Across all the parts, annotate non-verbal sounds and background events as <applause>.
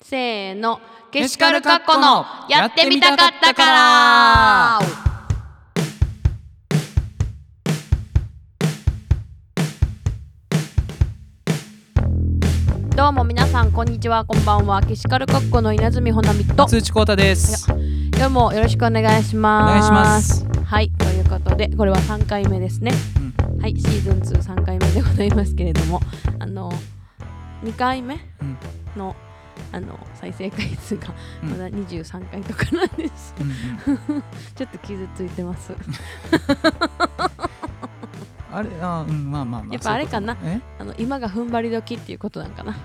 せーのケエシシカカルルカカッッココののややっっててみみたたかかっったたかかららどうも皆さんこんにちはこんばんはケシカルカッコの稲積ほなみと通知コータです。今日もよろしくお願いしおます願いします。はいということでこれは3回目ですねうんはいシーズン23回目でございますけれどもあの2回目うんの,、あの再生回数がうんまだ23回とかなんです、うんうんちょっと傷ついてますあれ、あ、うん、まあまあまあ。やっぱあれかなそういうこあの今が踏ん張り時っていうことなんかなと。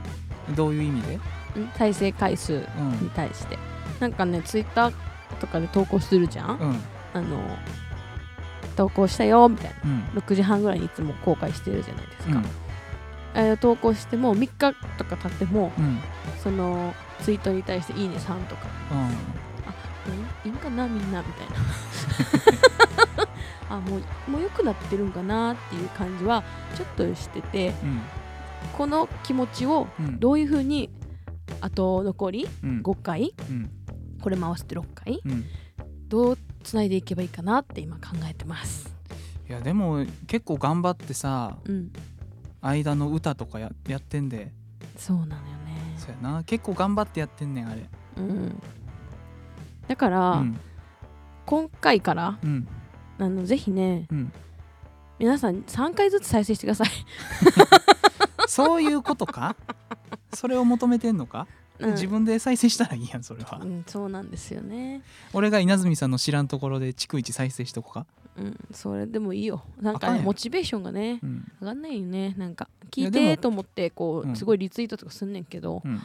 え、どういう意味で。うん再生回数うにん。対してなんかねツイッターとかで投稿するじゃんうん。あの投稿したよみたいなうん。 6時半ぐらいにいつも後悔してるじゃないですうか、んあれ投稿しても3日とか経ってもうん。そのツイートに対して「いいね3」とか「うんいいんかなみんな」みたい <laughs> なあもうもう良くなってるんかなっていう感じはちょっとしててうん。この気持ちをうん。どういうふうにあと残りうん。 5回うん。これ回して6回うん。いどうつないでいけばいいかなって今考えてます。や、でも、結構頑張ってさ、うん、間の歌とかや、やってんで。そうなのよね、そうやな、結構頑張ってやってんねん、あれ。うん、だから、うん。今回からうん。あのぜひねうん。皆さん3回ずつ再生してください。そういうこ <laughs> とか。それを求めてんのか。うん自分で再生したらいいやん、それはう。ん、そうなんですよね。俺が稲積さんの知らんところで、逐一再生しとこうか。うん、それでもいいよ。なんあかかんやね、んモチベーションがね、うん。上がんないよね。なんか、や聞いでてもと思って、こうんう、すごいリツイートとかすんねんけど、うん。な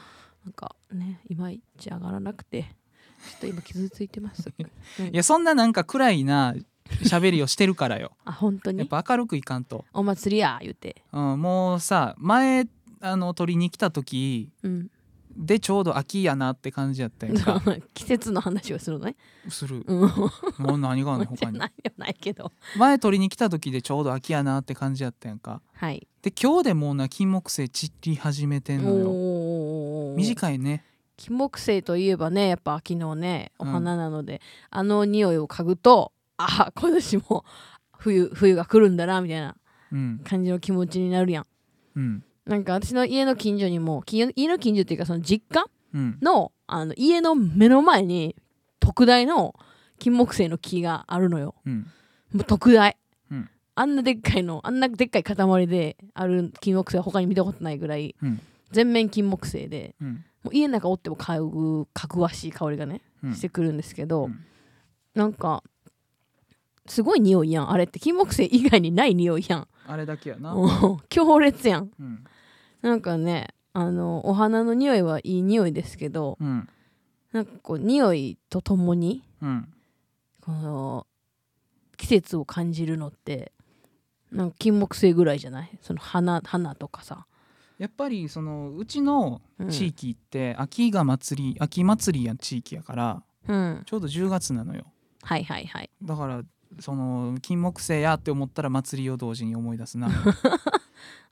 んかね、いまいち上がらなくて、ちょっと今傷ついてます。 <laughs> いやそんななんか暗いな喋りをしてるか <laughs> らよあ、本当やっにぱ明るくいかんと、お祭りや、言うて。うん、もうさ前あの取りに来た時うん。でちょうど秋やなって感じやったやん <laughs> か季節の話をするのね。するうん。もう何があんじの他ゃにないよ、ないけど。前取りに来た時でちょうど秋やなって感じやったやんかはい。で今日でもうな金木犀散り始めてんのよおー短いね金木犀といえばねやっぱ秋のねおうん花なので、あの匂いを嗅ぐとあ今年も冬冬が来るんだなみたいなうん感じの気持ちになるやんうんなんか私の家の近所にもき家の近所っていうかその実家うんのあの家の目の前に特大の金木犀の木があるのようんもう特大、うんあんなでっかいのあんなでっかい塊である金木犀は他に見たことないぐらい、うん全面金木犀でうんもう家の中おっても嗅ぐかぐわしい香りがねうんしてくるんですけど、うんなんかすごい匂いやんあれって金木犀以外にない匂いやんあれだけやなもう <laughs> 強烈やんうんなんかねあのお花の匂いはいい匂いですけどうんなんかこう匂いとともにうんこの季節を感じるのってなんか金木犀ぐらいじゃないその花花とかさ、やっぱりそのうちのうん、地域って秋が祭り秋祭りや地域やからうんちょうど10月なのよはいはいはいだからその金木犀やって思ったら祭りを同時に思い出 <laughs> すな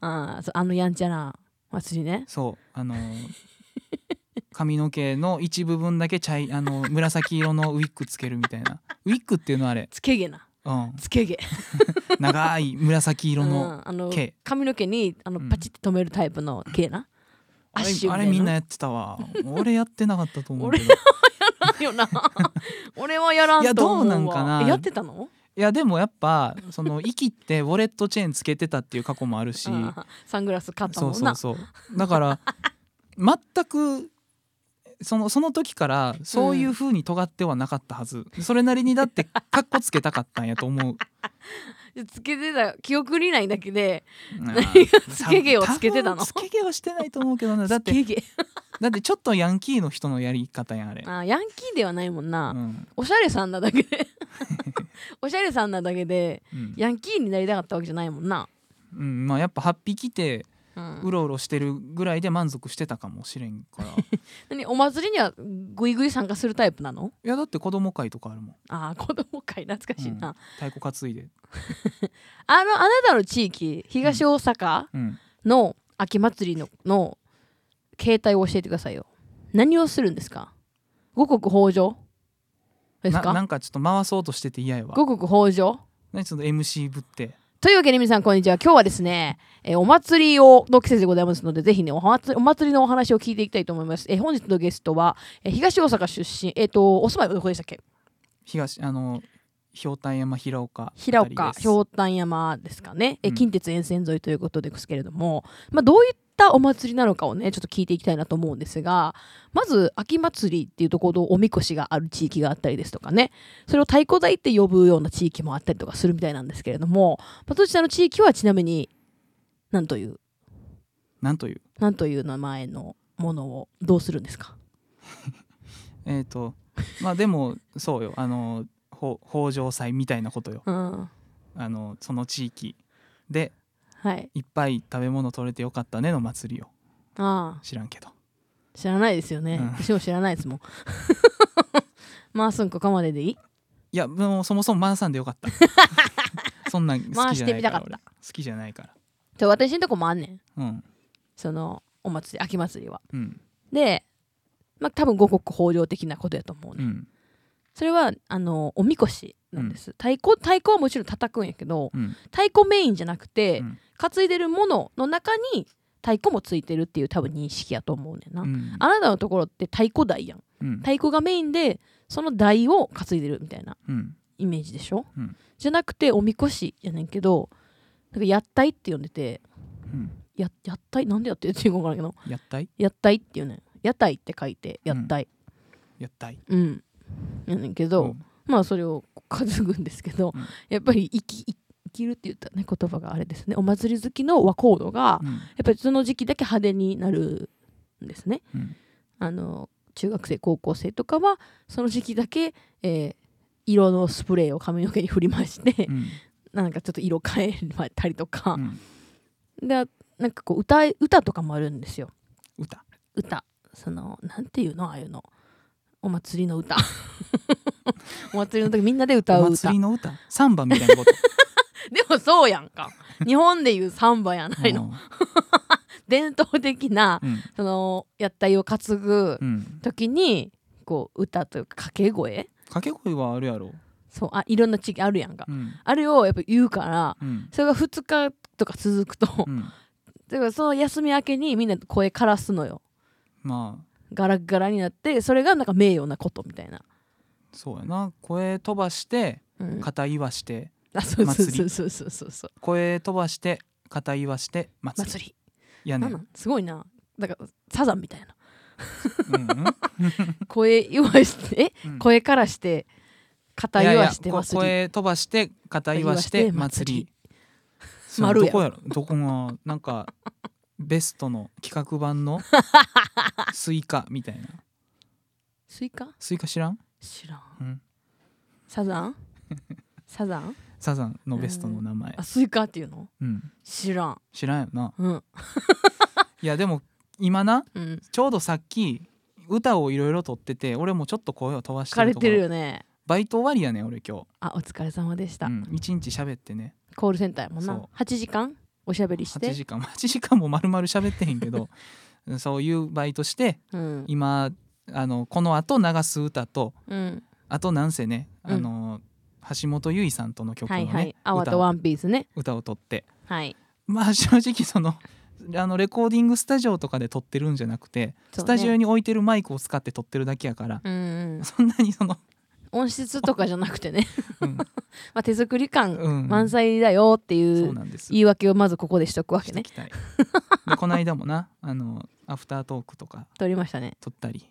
あーそうあのやんちゃな祭りねそうあの髪の毛の一部分だけ茶いあの紫色のウィッグつけるみたいなウィッグっていうのあれ、つけ毛なうん、つけ毛長い紫色うのんあの毛髪の毛にあのうんパチって留めるタイプ <laughs> の毛な、 <laughs> あれアッシュあみたいなれみんなやってたわ俺やってなかったと思う <laughs> けどよな俺はやらんと思うわいやどうなんかなえやってたのいやでもやっぱその息ってウォレットチェーンつけてたっていう過去もあるしああサングラス買ったそもうんそうなそうだから <laughs> 全くそのその時からそういう風に尖ってはなかったはず、それなりにだってかっこつけたかったんやと思う <laughs> つけてた記憶にないだけでうんつけ毛をつけてたの多分つけ毛はしてないと思うけどなだっつてけ毛だってちょっとヤンキーの人のやり方やんあれ、あヤンキーではないもんな、うんおしゃれさんなだけ <laughs> でおしゃれさんなだけでうんヤンキーになりたかったわけじゃないもんな、うん、まあやっぱ8匹てうんうろうろしてるぐらいで満足してたかもしれんから <laughs> い何お祭りにはグイグイ参加するタイプなのやだって子供会とかあるもん、ああ子供会懐かしいな、うん太鼓担いで、あのあなたの地域東大阪、うん、の秋祭りのの形態を教えてくださいよ何をするんですか五穀豊穣ですななかんかちょっと回そうとしてて嫌やわ五穀豊穣何ちょっと MC ぶってというわけで皆さんこんにちは今日はですね、えーお祭りをの季節でございますのでぜひねお祭りお祭りのお話を聞いていきたいと思います、えー本日のゲストは、えー東大阪出身えっ、とお住まいはどこでしたっけ東あの氷炭山平岡平岡辺りです氷炭山ですかね、えうん近鉄沿線沿いということですけれども、まあ、どういったお祭りなのかをねちょっと聞いていきたいなと思うんですがまず秋祭りっていうところおみこしがある地域があったりですとかねそれを太鼓台って呼ぶような地域もあったりとかするみたいなんですけれども、まあ、どちらの地域はちなみになんというなんというなんという名前のものをどうするんですかえっ、とまあでもそうよあのほ北条祭みたいなことようんあのその地域ではいいっぱい食べ物取れてよかったねの祭りよああ知らんけど知らないですよね、うん私も知らないですもん <laughs> まあすんこかまででいいいやもうそもそも回さんでよかった <laughs> そんなん好きじゃ回してないみかたからった俺好きじゃないかじゃあ私のとこもあんねんらうんそのお祭り秋祭りはうんでまあ多分五穀豊穣的なことやと思ううね、んそれはあのおみこしなんです、太鼓太鼓はもちろん叩くんやけどうん太鼓メインじゃなくて、うん担いでるものの中に太鼓もついてるっていう多分認識やと思うねんな、うんあなたのところって太鼓台やんうん太鼓がメインでその台を担いでるみたいなうんイメージでしょ、うんじゃなくておみこしやねんけどなんか屋台って呼んでてうんや屋台なんでやってるって言うのかなけどやったい屋台っていうねん屋台って書いて屋台やったいうん、やねんけど、んまあそれを担ぐんですけど、うんやっぱり生き生きるって言ったね言葉があれですねお祭り好きの和コードがうんやっぱりその時期だけ派手になるんですねうんあの中学生高校生とかはその時期だけ、えー色のスプレーを髪の毛に振りまして、うんなんかちょっと色変えたりとかう、んでなんかこう歌い歌とかもあるんですよ歌歌そのなんていうのああいうのお祭りの <laughs> 歌お祭りの時みんなで歌おう歌祭りでの歌サンバみた <laughs> いなこともそうやんか日本でいうサンバやないの伝統的なうんその屋台を担ぐうんうん時にこう歌というか掛け声掛け声はあるやろそうあいろんな地域あるやんかうんあれをやっぱ言うからうんそれが2日とか続くと、うんだからその休み明けにみんな声枯らすのよまあガラッガラになってそれがなんか名誉なことみたいな、そうやな声飛ばしてうん、肩言わしてあそうそうそうそうそうそうそう声飛ばして肩言わして祭り祭りやなねんんなんすごいなだからサザンみたいなうんうん声弱してえ、うん <laughs> 声からして肩弱していやいやこ祭り声飛ばして肩言わして祭りその丸やどこやろどこもなんかベストの企画 <laughs> 版のスイカみたいなスイカスイカ知らん、知らんうん、サザ <laughs> ンサザンサザンのベストの名前あ、スイカっていうのうん、知らん知らんよなうんいやでも今なうんちょうどさっき歌をいろいろとってて俺もちょっと声を飛ばして疲るれところてるよねバイト終わりやねん俺今日あお疲れ様でした、うん、1日喋ってねコールセンターやもんなそ8時間おしゃべりし8て時間8時間も丸々喋ってへんけど <laughs> うんそういうバイトしてうん今あのこのあと流す歌とうんあとなんせね、うんあの橋本優衣さんとの曲のはね、いはい「アワ歌とをワンピースね歌を取ってはいまあ正直そのあのレコーディングスタジオとかで撮ってるんじゃなくて、そうねスタジオに置いてるマイクを使って撮ってるだけやから、うんうん <laughs> そんなにその、音質とかじゃなくてね、 <laughs> うんまあ、手作り感うん満載だよっていそううなんです言い訳をまずここでしとくわけしてねき <laughs> たいでこの間もなあのアフタートークとか取りましたね撮ったり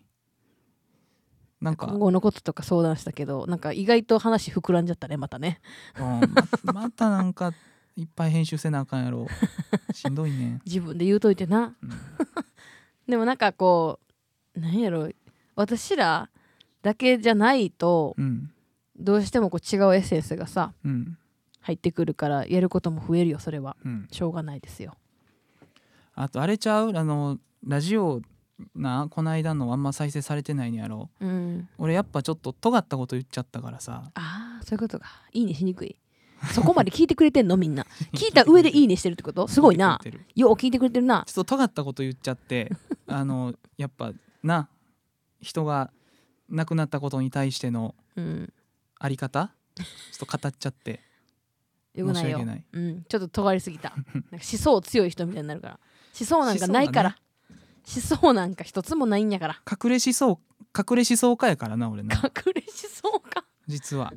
なんか今後のこととか相談したけどなんか意外と話膨らんじゃったねまたねうんま <laughs> またなんかいっぱい編集せなあかんやろしんどいね、自分で言うといてなうん <laughs> でもなんかこうなんやろ私らだけじゃないとうんどうしてもこう違うエッセンスがさうん入ってくるからやることも増えるよそれはうん、しょうがないですよあとあれちゃうあのラジオなこないだのあんま再生されてないんやろうん俺やっぱちょっと尖ったこと言っちゃったからさああそういうことかいいねしにくいそこまで聞いてくれてんのみん <laughs> な聞いた上でいいねしてるってことすごいな聞てくれてるよう聞いてくれてるな <laughs> ちょっと尖ったこと言っちゃってあのやっぱな人が亡くなったことに対してのうん、あり方ちょっと語っちゃってよくない申しよ訳ないうん、ちょっと尖りすぎ <laughs> たなんか思想強い人みたいになるから思想なんかないから思想なんか一つもないんやから隠れ思想隠れ思想家やからな俺な隠れ思想か実は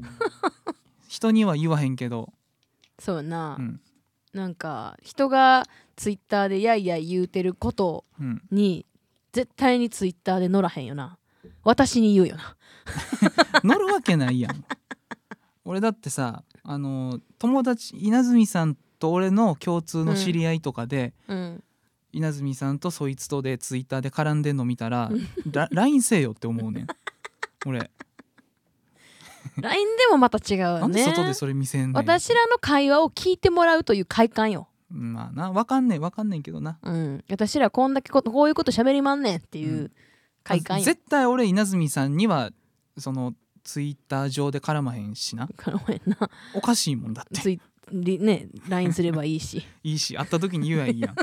人には言わへんけど、そうやな、うんなんか人がツイッターでやいやい言うてることうん、に絶対にツイッターで乗らへんよな私に言うよな乗るわけないやん俺だってさあの友達稲積さんと俺の共通の知り合いとかで、うん稲積さんとそいつとでツイッターで絡んでんの見たらら LINE せえよって思うねん俺 LINE でもまた違うなよんでね外でそれ見せんねん私らの会話を聞いてもらうという快感よ、まあなわかんねんわかんねんけどなうん、私らこんだけことこういうこと喋りまんねんってういう快感よ、 <laughs> 絶対俺稲積さんにはそのツイッター上で絡まへんしなごめんなおかしいもん <laughs> だってついりね LINE すればいい <laughs> しいいし会った時に言えばい <laughs> いやん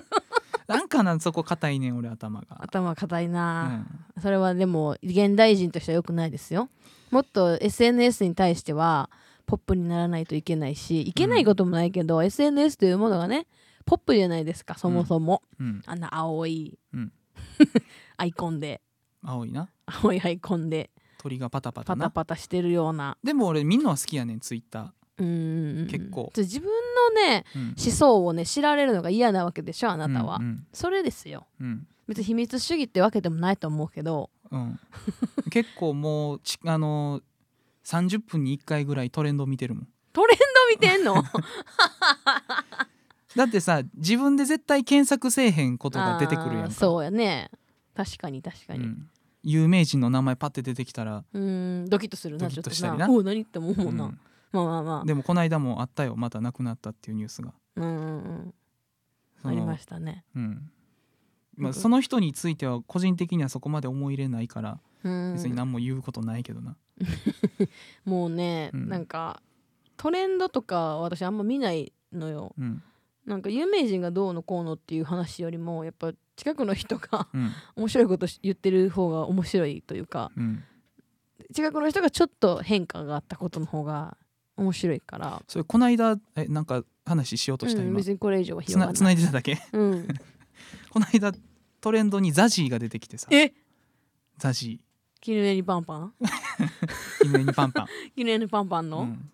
なんかなそこ硬いねん俺頭が、頭硬いうな、んそれはでも現代人としては良くないですよもっと SNS に対してはポップにならないといけないしいけないこともないけど、SNS というものがねポップじゃないですかそもそも、うん、あんな青い、うん <laughs> アイコンで青いな青いアイコンで鳥がパタパタパなタパタしてるようなでも俺見んのは好きやねんツイッタうんうんうん結構ちょ自分のねー、うん、思想をね知られるのが嫌なわけでしょあなたは、うんそれですようん別に秘密主義ってわけでもないと思うけどうん結構もうちあのー、30分に1回ぐらいトレンド見てるもんトレンド見てん <laughs> のだってさ自分で絶対検索せえへんことが出てくるやんあーかそうやね確かに確かうにん有名人の名前パッて出てきたら、うーんドキッとするなドちキょっッととしたりななおう何って思うもんな、うんまあまあまでもこの間もあったよまた亡くなったっていうニュースがあうんうんうんそあのりましたねうんなまんあ、かその人については個人的にはそこまで思い入れないからうん別に何も言うことないけどな、もうね、うんなんかトレンドとか私あんま見ないのようんなんか有名人がどうのこうのっていう話よりもやっぱ近くの人が <laughs> うん面白いことし言ってる方が面白いというかうん、近くの人がちょっと変化があったことの方が面白いから、それこないだえなんか話しようとしたうん今、別にこれ以上はつな広つがらないないでただけ <laughs> うん、こないだトレンドにザジーが出てきてさえザジ絹枝にパンパン <laughs> ー犬にパンパン、絹枝にパンパンの、うん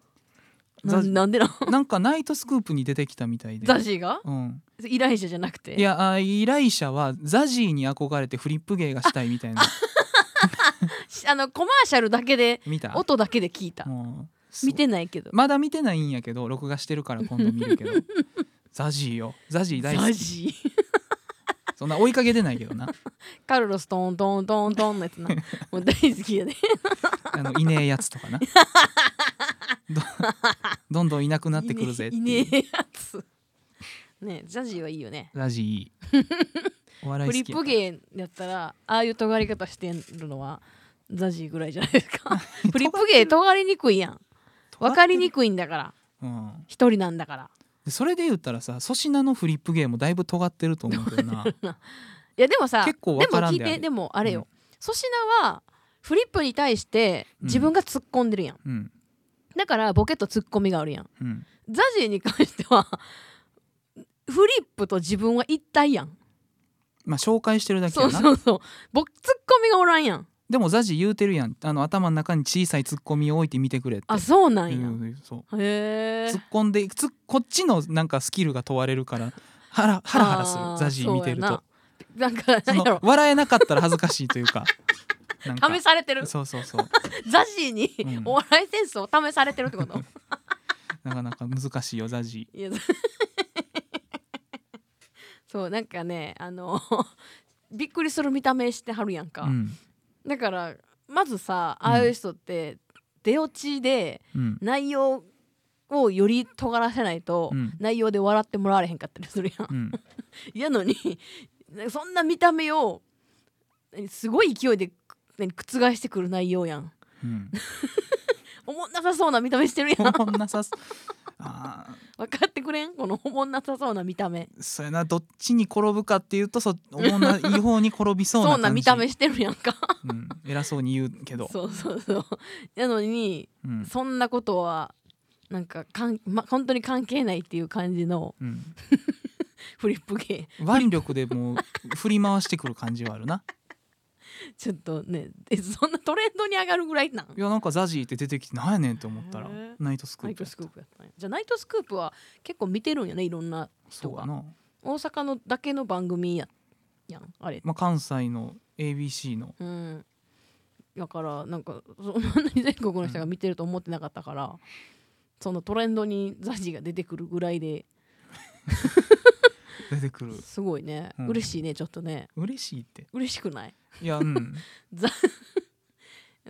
なザなんでな <laughs> なんかナイトスクープに出てきたみたいでザジーがうん、依頼者じゃなくていやあ依頼者はザジーに憧れてフリップ芸がしたいみたいなしあのコマーシャルだけで見た音だけで聞いたもう見てないけどまだ見てないんやけど録画してるから今度見るけどザジーよザジー大好ザきジーそんな追いかけてないけどなカルロストントントントンのやつ <laughs> なもう大好きやねあのいねえやつとかなどどんどんいなくなってくるぜっていいうねいねえやつねザジーはいいよねザジーいいお笑フいリ好きップ芸やったらああいう尖り方してるのはザジーぐらいじゃないです <laughs> かフリップ芸尖りにくいやん分かりにく、くいんだからうん、一人なんだからでそれで言ったらさ粗品のフリップ芸もだいぶ尖ってると思う <laughs> けどないやでもさ結構わからんでも聞いであてるでもあれよ粗品、はフリップに対して自分が突っ込んでるやん、うんだからボケとツッコミがあるやんうんザジーに関してはフリップと自分は一体やんまあ紹介してるだけそやうなそうそうボツッコミがおらんやんでもザジー言うてるやんあの頭の中に小さいツッコミを置いてみてくれってあそうなんや、うんそうへえ突っ込んでつこっちのなんかスキルが問われるからハラハラハラするあーザジー見てるそうとやななんかそ何やのろ笑えなかったら恥ずかしいという <laughs> かなんか試されてるそうそうそうザジーにうんお笑いセンスを試されてるってこと、なかなか難しいよザジいや <laughs> そうなんかねあの <laughs> びっくりする見た目してはるやんか、ーうんだからまずさああいう人って出落ちでうん内容をより尖らせないと、うん内容で笑ってもらわれへんかったりするやんう。んやのになんかそんな見た目を何すごい勢いで何覆してくる内容やん。 <laughs> うんおもんなさそうな見た目してるやん。こんなさあー分かってくれんこのおもんなさそうな見た目そうやなどっちに転ぶかっていうとそおもんないい方に転びそそううなな感じ見た目してるやんかうん、偉そうに言うけどそうそうそう <laughs> なのにうんそんなことはなんかかん、ま、本当に関係ないっていう感じの <laughs> うん、フリップ芸腕力でもう振り回してくる感じはあるな <laughs> ちょっとねえそんなトレンドに上がるぐらいなんいやなんかザジーって出てきてなんやねんって思ったらへーナイトスクナイープトやっスたクープやったんやじゃあナイトスクープは結構見てるんやねいろんな人そうがやな、大阪のだけの番組ややんあれまあ、関西の ABC のうんだからなんかそんなに全国の人が見てると思ってなかったから、そのトレンドにザジが出てくるぐらいで出てくるすごいね、うん嬉しいねちょっとね嬉しいって嬉しくないいやうん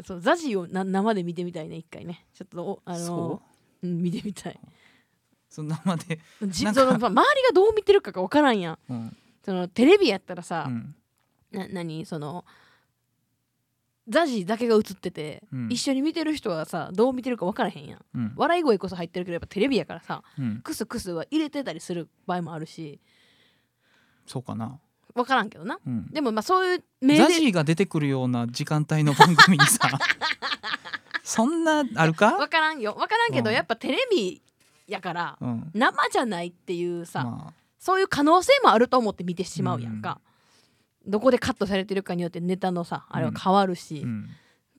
そうザジをな生で見てみたいね一回ねちょっと <laughs> おあそのうう、ん、見てみたいそんなまで、じなんかそのま周りがどう見てるかが分からんやんうんそのテレビやったらうさ、んな何そのザジだけが映ってて、うん一緒に見てる人はさどう見てるか分からへんやんうん笑い声こそ入ってるけどやっぱテレビやからさうん、クスクスは入れてたりする場合もあるしそうかな、分からんけどなうん、でもまあそういう目ザジでーが出てくるような時間帯の番組に <laughs> さそんなあるか分、からんよ分からんけど、うんやっぱテレビやからうん、生じゃないっていうさ、まあ、そういう可能性もあると思って見てしまうやんか、どこでカットされてるかによってネタのさあれは変わるし、うっん、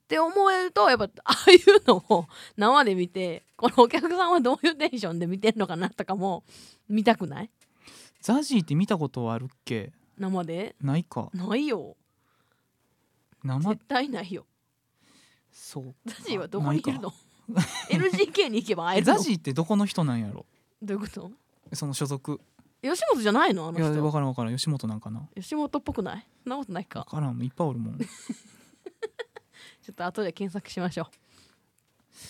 て思えるとやっぱああいうのを <laughs> 生で見てこのお客さんはどういうテンションで見てんのかなとかも見たくないザジーって見たことはあるっけ生でないかないよ生絶対ないよそうザジーはどこにいるないの <laughs> ?NGK に行けば会ええるのザジーってどこの人なんやろどういうことその所属吉本じゃないのあのいや分人からん分からん吉本なんかな吉本っぽくないそんなことない分かからんいっぱいおるもんちょっと後で検索しましょう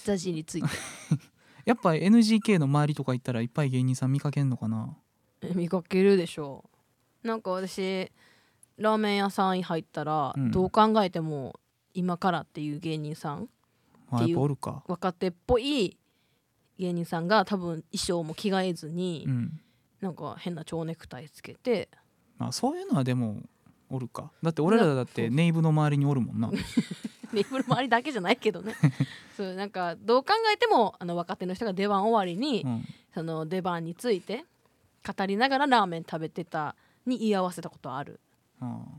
ザジーについてやっぱ NGK の周りとか行ったらいっぱい芸人さん見かけんのかなえ見かけるでしょうなんか私ラーメン屋さんに入ったら、うんどう考えても今からっていう芸人さんまあっていやっうぱおるか若手っぽい芸人さんが多分衣装も着替えずに、うんなんか変な蝶ネクタイつけて <laughs> まあそういうのはでもおるかだって俺らだっそうてネイブの周りにおるも <laughs> んなネーブル周りだけじゃないけど <laughs> ねそうなんかどう考えてもあの若手の人が出番終わりに、うんその出番について語りながらラーメン食べてたに言い合わせたことあるああ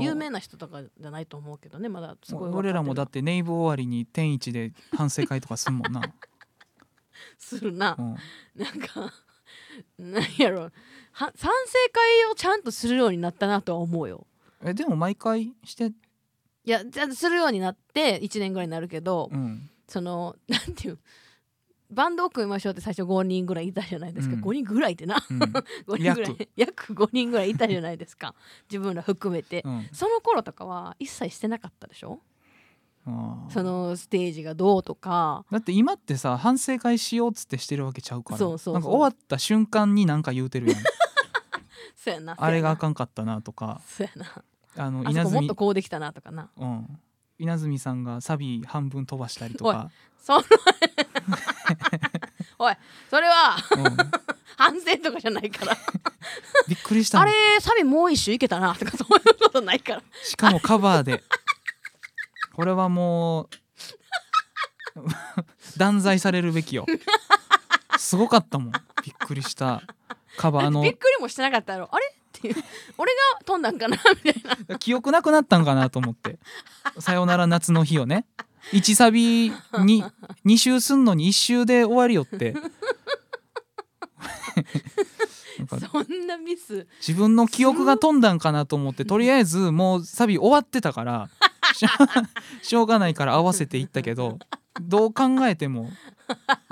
有名な人とかじゃないと思うけどねまだすごい俺らもだってネイブ終わりに天一で反省会とかすんもんな、するなうん、なんかなんやろは賛成会をちゃんとするようになったなとは思うよえでも毎回していやじゃあするようになって1年ぐらいになるけど、うんそのなんていうバンドを組みましょうって最初5人ぐらいいたじゃないですか、うん5人ぐらいってな <laughs> うん、 5人ぐらい約5人ぐらいいたじゃないですか自分ら含めて、 <laughs> うん、その頃とかは一切してなかったでしょああそのステージがどうとかだって今ってさ反省会しようっつってしてるわけちゃうからそうそうそうなんか終わった瞬間に何か言うてる <laughs> やんそうやなあれがあんかんかったなとかそうやなあのあそ稲こもっ積とこうできたなとかなうん稲積さんがサビ半分飛ばしたりとか、その <laughs> おいそれはうん、反省とかじゃないからびっくりしたあもんれサビもう一周いけたなとかそういうことないからしかもカバーでこれはもう <laughs> 断罪されるべきよすごかったもんびっくりしたカバーあのびっくりもしてなかったやろあれっていう俺が飛んだんかなみたいな記憶なくなったんかなと思って「さよなら夏の日」をね1サビ <laughs> に2周すんのに1周で終わりよってなんかそんなミス自分の記憶が飛んだんかなと思ってとりあえずもうサビ終わって <laughs> たからしょしょうがないから合わせていったけどどう考えても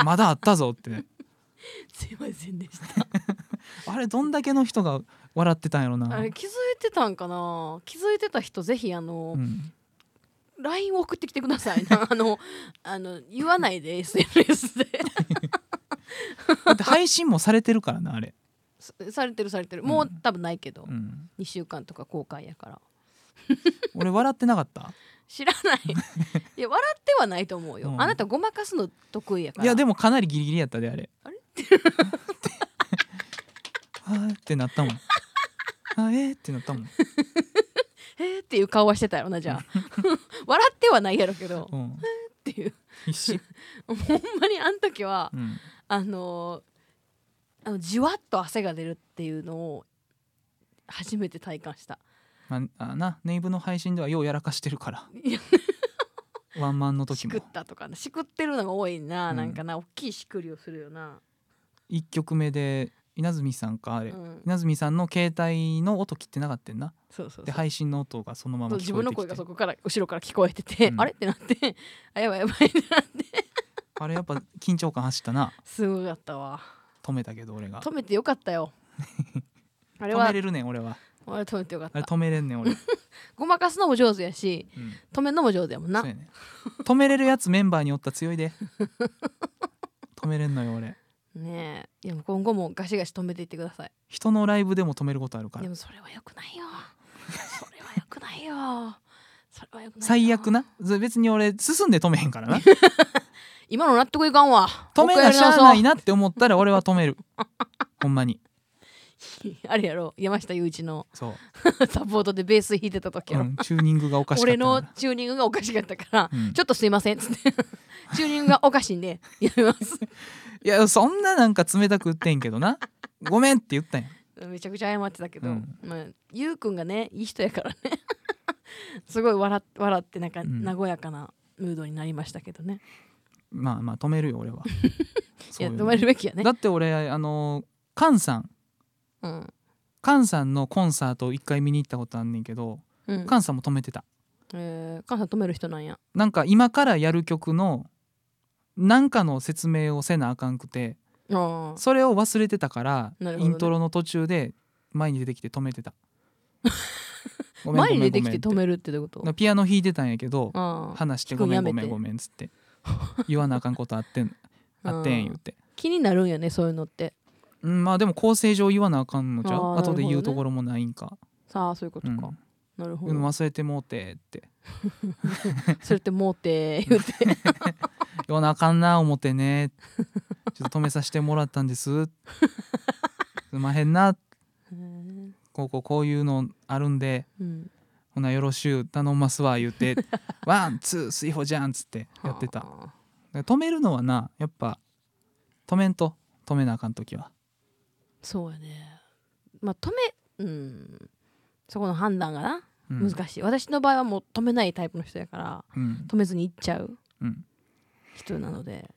まだあったぞってすいませんでしたあれどんだけの人が笑ってたんやろな。あれ気づいてたんかな気づいてた人ぜひあの、うん、 LINE を送ってきてください <laughs> なあのあの言わないで SNS で <laughs> だって配信もされてるからなあれ、さされてるされてるもう多分ないけど、うん、 2週間とか公開やから俺笑ってなかった知ら <laughs> ないいや笑ってはないと思うよ、うんあなたごまかすの得意やからいやでもかなりギリギリやったであれあれあーってなったもん。あえー、ってなったもん。えーっていう顔はしてたよなじゃあ <laughs> 笑ってはないやろけどうん、っていう必死。ほんまにあん時はうん、あのーあのじわっと汗が出るっていうのを初めて体感したまあ、あな、ネイブの配信ではようやらかしてるから。いやワンマンの時しくっも。たとかなしくってるのが多いな、うんなんかな大きいしくりをするよな、一曲目で稲積さんかあれ、うん、稲積さんの携帯の音切ってなかったんな。そうそうでそう配信の音がそのままそう自聞こえ分のてき声てがそこから後ろから聞こえてて、うんあれってなってあやばいやばいってなってあれやっぱ緊張感走ったなすごかったわ止めたけど俺が止めてよかった <laughs> よあれ止はめれるねん俺はあれ止めてよかっあれた止めれんねん俺、うん、ごまかすのも上手やしそ止めんのも上手やもんなうやね止めれるやつメンバーにおったら強いで止めれんのよ俺ねえいや今後もガシガシ止めていってください人のライブでも止めることあるからでもそれは良く <laughs> ないよそれは良くないよそれは良くないよ最悪なず別に俺進んで止めへんからな今の納得いかんわ止めもうな一し回やりゃあ直そうないなって思ったら俺は止めるほんまにあれやろ山下雄一の <laughs> そう、サポートでベース弾いてた時うやろ、ん、チューニングがおかしかっ俺たからのチューニングがおかしかったから、うんちょっとすいませんっつってチューニングがおかしいんでやめますいやそんななんか冷たく言ってんけどなごめんって言ったんやめちゃくちゃ謝ってたけど、うんまあ、ゆうくんがねいい人やからね <laughs> すごい笑っ笑ってなんかうん和やかなムードになりましたけどね、まあまあ止めるよ俺は <laughs> いやそういう止のめるべきやねだって俺あの菅さんうん菅さんのコンサートを一回見に行ったことあんねんけどうん菅さんも止めてたえー、母さん止める人なんやなんか今からやる曲のなんかの説明をせなあかんくてああそれを忘れてたから、なるほどイねントロの途中で前に出てきて止 <laughs> めてたごめん前ごにめ出んごてめきんて止めるってどういうことなピアノ弾いてたんやけどああ話して聞くごんめやんめごてめんごめんっつって <laughs> 言わなあかんことあ <laughs> ってんあってん言って気になるんやねそういうのってうんまあでも構成上言わなあかんのじゃあうー後でなる言うほどねところもないんか、さあそういうことうか、ん、なるほうど、ん <laughs> 忘れてもうてってそれってもうて言うて <laughs> 言わなあかんな思ってねちょっと止めさせてもらったんですすんまへんなうんこうこうこういうのあるんでうんほなよろしゅう頼んますわ言うてワンツースイホじゃんっつってやってただかはあら止めるのはなやっぱ止めんと止めなあかん時はそうやねまあ止めうんそこの判断がなうん難しい、私の場合はもう止めないタイプの人やからうん止めずに行っちゃううん人なので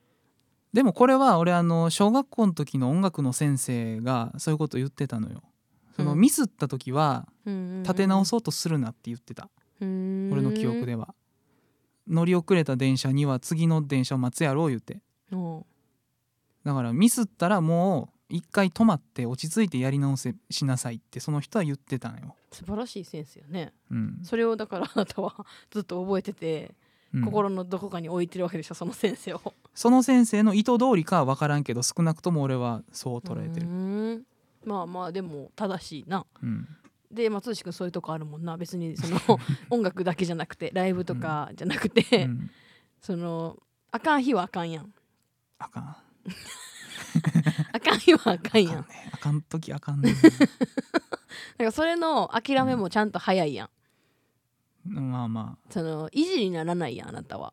でもこれは俺あの小学校の時の音楽の先生がそういうこと言ってたのよそのうんミスった時は立立て直そうとするなって言ってたうん俺の記憶では乗り遅れた電車には次の電車を待つやろう言うてうんだからミスったらもう一回止まって落ち着いてやり直せしなさいってその人は言ってたのよ、素晴らしいセンスよねうんそれをだからあなたは <laughs> ずっと覚えてて、うん心のどこかに置いてるわけでしょその先生をその先生の意図通りかは分からんけど少なくとも俺はそう捉えてるう、んまあまあでも正しいなうんで松内君そういうとこあるもんな別にその <laughs> 音楽だけじゃなくてライブとかじゃなくて、うんそのあかん日はあかんやんあかんあかん日はあかんあやんなかんねあかん時あか <laughs> んねかそれの諦めもちゃんと早いやんまあまあその維持にならないやんあなた <laughs> は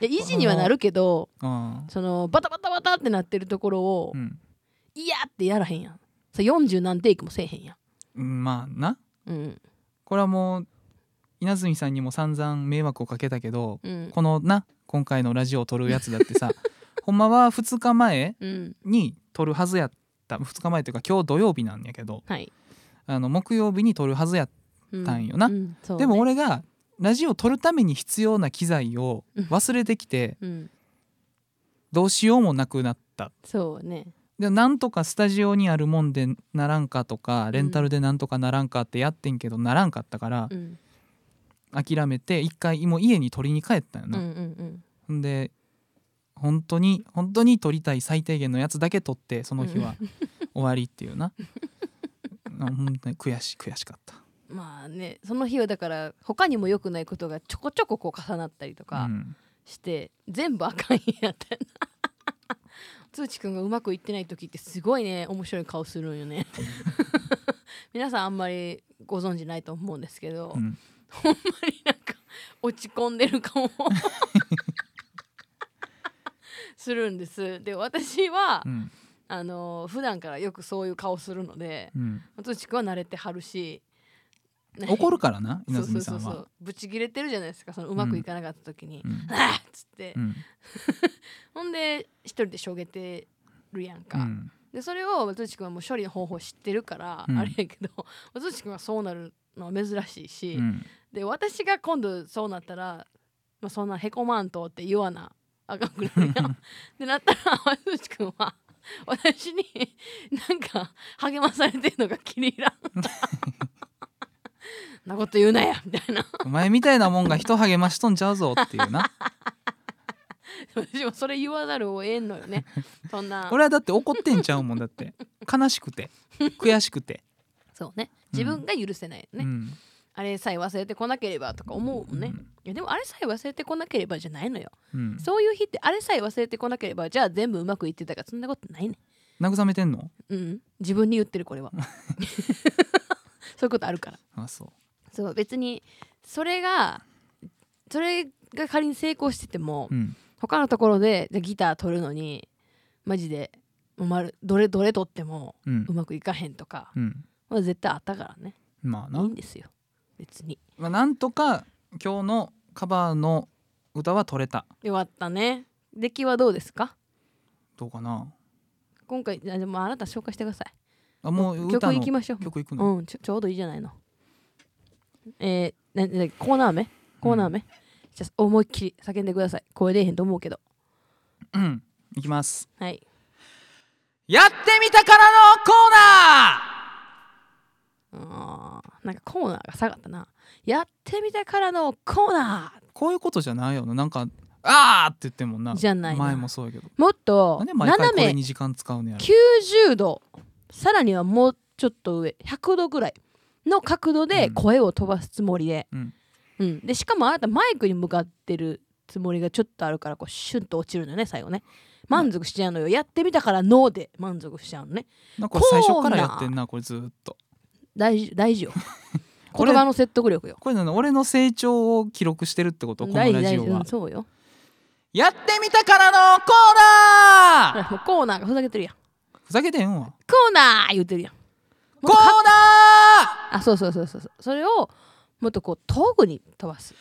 いや維持にはなるけどあそのバタバタバタってなってるところを、ーうんいやってやらへんやんそれ40何テイクもせえへんやうんまあなんうんこれはもう稲積さんにも散々迷惑をかけたけどうんこのな今回のラジオを撮るやつだ <laughs> ってさほんまは2日前うんに撮るはずやった2日前というか今日土曜日なんやけどはい、あの木曜日に撮るはずやっうん、たんよなうんそうねでも俺がラジオ撮るために必要な機材をうん忘れてきてうんどうしようもなくなったそうねでなんとかスタジオにあるもんでならんかとかレンタルでなんとかならんかってやってんけどならんかったからうん諦めて一回もう家に撮りに帰ったんようんうな、んん、で本当に本当に撮りたい最低限のやつだけ撮ってその日は終わりっていうな <laughs> あ本当に悔しい悔しかったうんまあねその日はだから他にも良くないことがちょこちょここう重なったりとうかん <laughs> して、全部あかん日やったよつーちくんがうまくいってない時ってすごいね面白い顔するんよね <laughs> 皆さんあんまりご存知ないと思うんですけど、うんほんまになんか落ち込んでる顔を <laughs> するんですで私は、うんあの普段からよくそういう顔するのでうんつーちくんは慣れてはるし <laughs> 怒るからな <laughs> そ稲うそ積うさそんうそはうぶち切れてるじゃないですかそのうまくいかなかった時に「うんあっ!」つって、うんほんで一人でしょげてるやんか、うんでそれを松内君はもう処理の方法知ってるから、うんあれやけど <laughs> 松内君はそうなるのは珍しいし、うんで私が今度そうなったら、まあ、そんなへこまんとって言わなあかんくなる <laughs> やんってなったら松内君は私になんか励まされてるのが気に入らん。 <laughs> そんなこと言うなやみたいな <laughs> お前みたいなもんが人励ましとんちゃうぞっていうな私もそれ言わざるを得んのよねそんな <laughs> 俺はだって怒ってんちゃうもんだって悲しくて悔しくて、そうね自分が許せないよね、うんあれさえ忘れてこなければとか思うもんね、うんいやでもあれさえ忘れてこなければじゃないのよ、うん、そういう日ってあれさえ忘れてこなければじゃあ全部うまくいってたからそんなことないね慰めてんのうん自分に言ってるこれ <laughs> はそういうことあるからあそそう別にそれがそれが仮に成功してても、う、うん、他のところででギター取るのにマジでもうまるどれどれ取ってもうんうまくいかへんとか、うん、まあ絶対あったからねまあいないんですよ別にまあ、なんとか今日のカバーの歌は取れたよかったね出来はどうですかどうかな今回あでもあなた紹介してくださいあもう歌曲のいきましょう曲いくの、うんちょちょうどいいじゃないのえー、ななコーナー目コーナー目、じゃあ思いっきり叫んでください声出えへんと思うけどうん、いきますはいやってみたからのコーナあーなんかコーナーが下がったなやってみたからのコーナーーこういうことじゃないよななんかあーって言ってんもんなじゃないな前もそうやけどもっとなんで毎回これ斜めに時間使うのやろ90度さらにはもうちょっと上100度ぐらいの角度でうん声を飛ばすつもりで、うんうんでしかもあなたマイクに向かってるつもりがちょっとあるからこうシュンと落ちるのよね最後ね満足しちゃうのよ、やってみたからノーで満足しちゃうのねなんか最初からコーナやーってんなこれずーっと大事大事よ <laughs> これ言葉の説得力よこれなの俺の成長を記録してるってことこのラ大事大ジ事オうんはそうよやってみたからのコーほナーらもうコーナーがふざけてるやんふざけてんわコーナー言ってるやんコーナーあそうそうそうそうそうそれをもっとこう遠くに飛ばす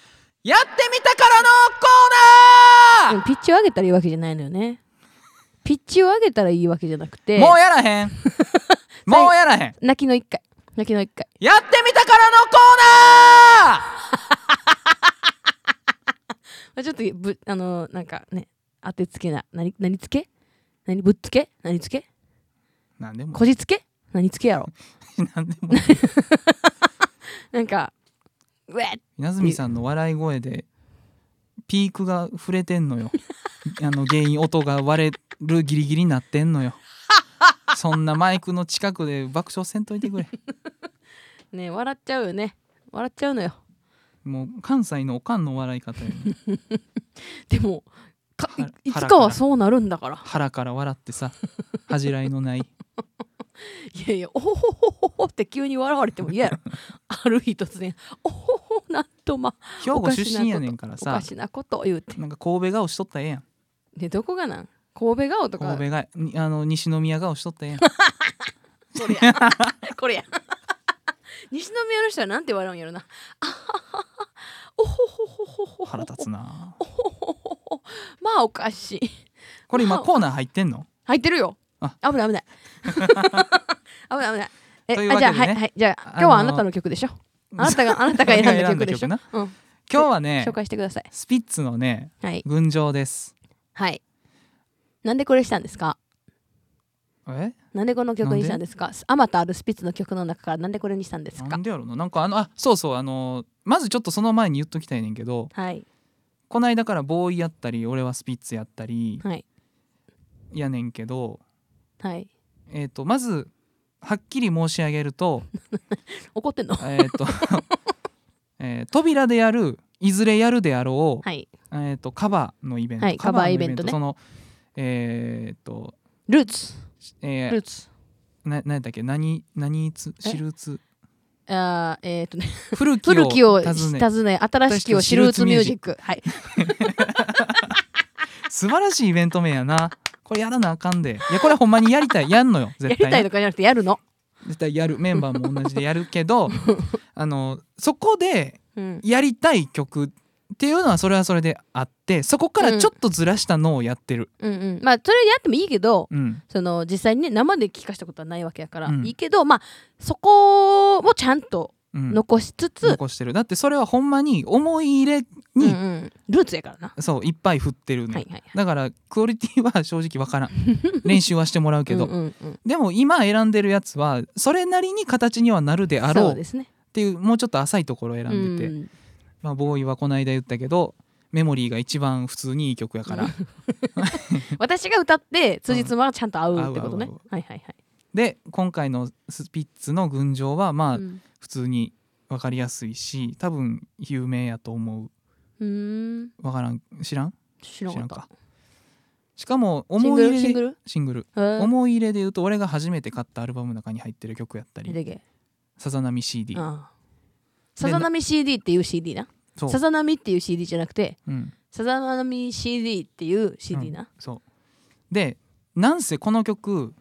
やってみたからのでコもピッチを上げたらいいわけじゃないのよねピッチを上げたらいいわけじゃなくてもうやらへん <laughs> もうやらへん泣きの一回泣きの一回やってみたからのコーナーまあちょっとぶあのなんかね当てつけな何何つけ何ぶっつけ何つけなんでもこじつけ何つけやろなんでもなんかうえ稲積さんの笑い声でピークが触れてんの <laughs> よあの原因音が割れるギリギリになってんのよそんなマイクの近くで爆笑せんといてくれね笑っちゃうよね笑っちゃうのよもう関西のおかんの笑い方よでもか腹いいつ腹かかはらそうなるんだから腹から笑ってさ恥じらいのないいやいやおほほほほって急に笑われても嫌やろ <laughs> ある日突然おほほなんとまあ兵庫出身やねんからおかさしなことを言うてなんか神戸顔しとったらええやんでどこがなん神戸顔とか神戸がにあの西宮顔し <laughs> とったらええやんこれや <laughs> これや西宮の人はなんて笑うんやろな <laughs> あはははおほほほほほ腹立つなおほほほほまあおかしいこれ今コーナー入ってん <laughs> の入ってるよあ危ない危ない <laughs> 危ない危ないえというわあけじゃでねあはいはいじゃああの今日はあなたの曲でしょあなたがあなたが選んだ曲でしょ、 <laughs> 俺が選んだうん、今日はね紹介してくださいスピッツのねはい群青ですはいなんでこれしたんですかえなんでこの曲にしたんですかあまたあるスピッツの曲の中からなんでこれにしたんですなかんでやろななんかあのあそうそうあのまずちょっとその前に言っときたいねんけどはいこないだからボーイやったり俺はスピッツやったりはいやねんけどはいえっ、とまずはっきり申し上げ <laughs> ると怒ってんのえっと、 <laughs> えー扉でやるいずれやるであろう、はいえー、とカバーのイベント、はいカバーイベントねそのえー、とルーツえールーツな何だっけ何何つ知るつあーえーっと <laughs> ね古き古きを訪ね訪ね新しきを知るルーツミュージックはい素晴らしいイベント名やなこれやらなあかんでいやこれほんまにや <laughs> りたいやんのよや絶りた対いとかじゃなくてやるの絶対やるメンバーも同じでやるけ <laughs> どあのそこでうんやりたい曲っていうのはそれはそれであってそこからちょっとずらしたのをやってる、うんうんまあそれやってもいいけどうんその実際にね生で聞かしたことはないわけやから、うんいいけどまあそこもちゃんとうん残しつつ、残してるだってそれはほんまに思い入れうんうに、ん、ルーツやからな、そういっぱい振ってるの、はいはいはいだからクオリティは正直わ <laughs> からん練習はしてもらうけど、うんうんうんでも今選んでるやつはそれなりに形にはなるであろそううっですねていうもうちょっと浅いところを選んでて、うんまあ、ボーイはこの間言ったけどメモリーが一番普通にいい曲やから、う私が歌って辻褄はちゃんと合うってことね、うん合う合う合はいはいはい、で今回のスピッツの「群青」はまあうん普通に分かりやすいし多分有名やと思ううーん分からん知らん知ら知なからんったかしかもシン思いグルシン入れグでルシングルへー思い入れで言うと俺が初めて買ったアルバムの中に入ってる曲やったりレゲエ「さざ波 CD ああさざ波 CD っていう CD な」そうさざ波っていう CD じゃなくてうんさざ波 CD っていう CD な、そうでなんせこの曲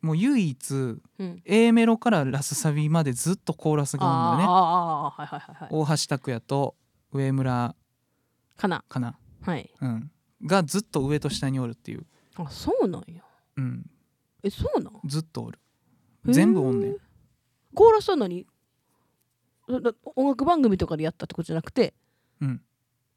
もう唯一うん A メロからラスサビまでずっとコーラスがあるんだよねあーあーあーはいはいはいは大橋拓也と上村いかなかな、はいうん、がずっと上と下におるっていう、あそうなんやうん、えそうなんずっとおるへー全部おんねんコーラスは何だだ音楽番組とかでやったってことじゃなくて、うん、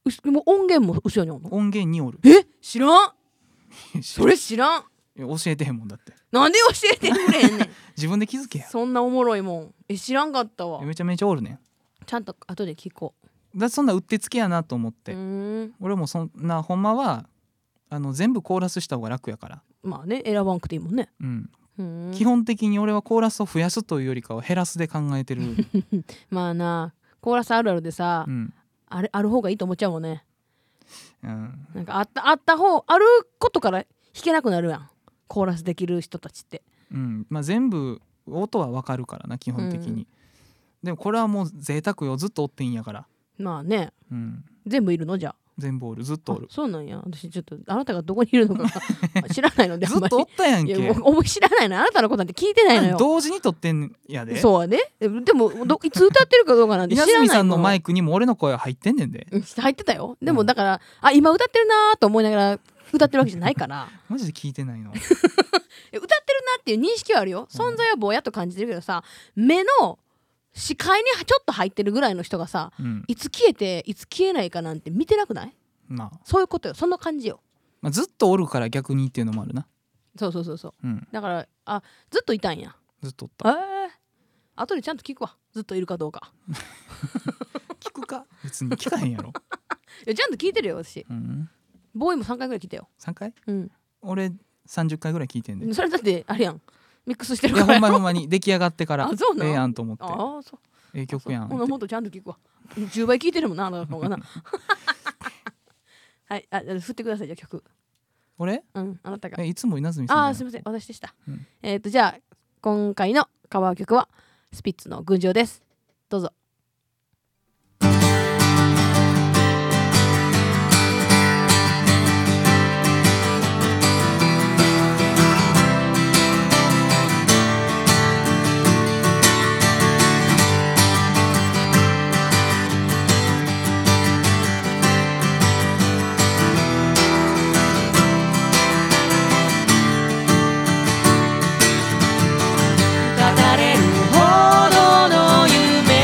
うしもう音源も後ろにおんの音源におるえ知らん <laughs> それれ知らん教えてへんもんだってなんで教えてくれへんねん自分で気づけやそんなおもろいもんえ知らんかったわめちゃめちゃおるねちゃんと後で聞こんだそんなうってつけやなと思っうて、うーん俺もそんなほんまはあの全部コーラスした方が楽やから、まあね選ばんくていいもんねうん、うーん基本的に俺はコーラスを増やすというよりかは減らすで考 <laughs> えてる、まあなコーラスあるあるでさ、うんあれある方がいいと思っちゃうもんねうん、なんかあったあった方あることから弾けなくなるやんコーラスできる人たちってうんまあ、全部音はわかるからな基本的に、でもこれはもう贅沢よずっとおっていいんやから、まあねうん、全部いるのじゃあ全部おるずっとおるあそうなんや私ちょっとあなたがどこにいるのかが <laughs> 知らないのであずんっまとおったやんりけいやもうお前知らないのあなたのことなんて聞いてないのよ同時に撮ってんやでそうはねでもどいつ歌ってるかどうかなんて知稲らない積さんのマイイクにも俺の声入ってんねんで入ってたよでうもんだから、あ今歌ってるなーと思いながら歌ってるわけじゃないからマジで聞いてない <laughs> のえ歌ってるなっていう認識はあるよ存在はぼやっと感じてるけどさ目の視界にちょっと入ってるぐらいの人がさうんいつ消えていつ消えないかなんて見てなくないまあ、そういうことよその感じよまあずっとおるから逆にっていうのもあるなそうそうそうそううんだからあずっといたんやずっとおったええ後でちゃんと聞くわずっといるかどうか聞くか別に聞かへんやろ、いやちゃんと聞いてるよ私うん、ボーイも3回ぐらい聞いたよ、 3回うん、俺30回ぐらい聞いてんで、いそれだってあれやんミックスしてるやかほらんまにほんまに出来上がってからあそうなんええやんと思ってああそうええ曲やんほなもっとちゃんと聞くわ10倍聞いてるもんなあなたの方が <laughs> なはいあ振ってくださいじゃあ曲俺うんあなたがえいつも稲積さんあだあよすみません私でした、うんえっ、とじゃあ今回のカバー曲はスピッツの群青ですどうぞ語れるほどの夢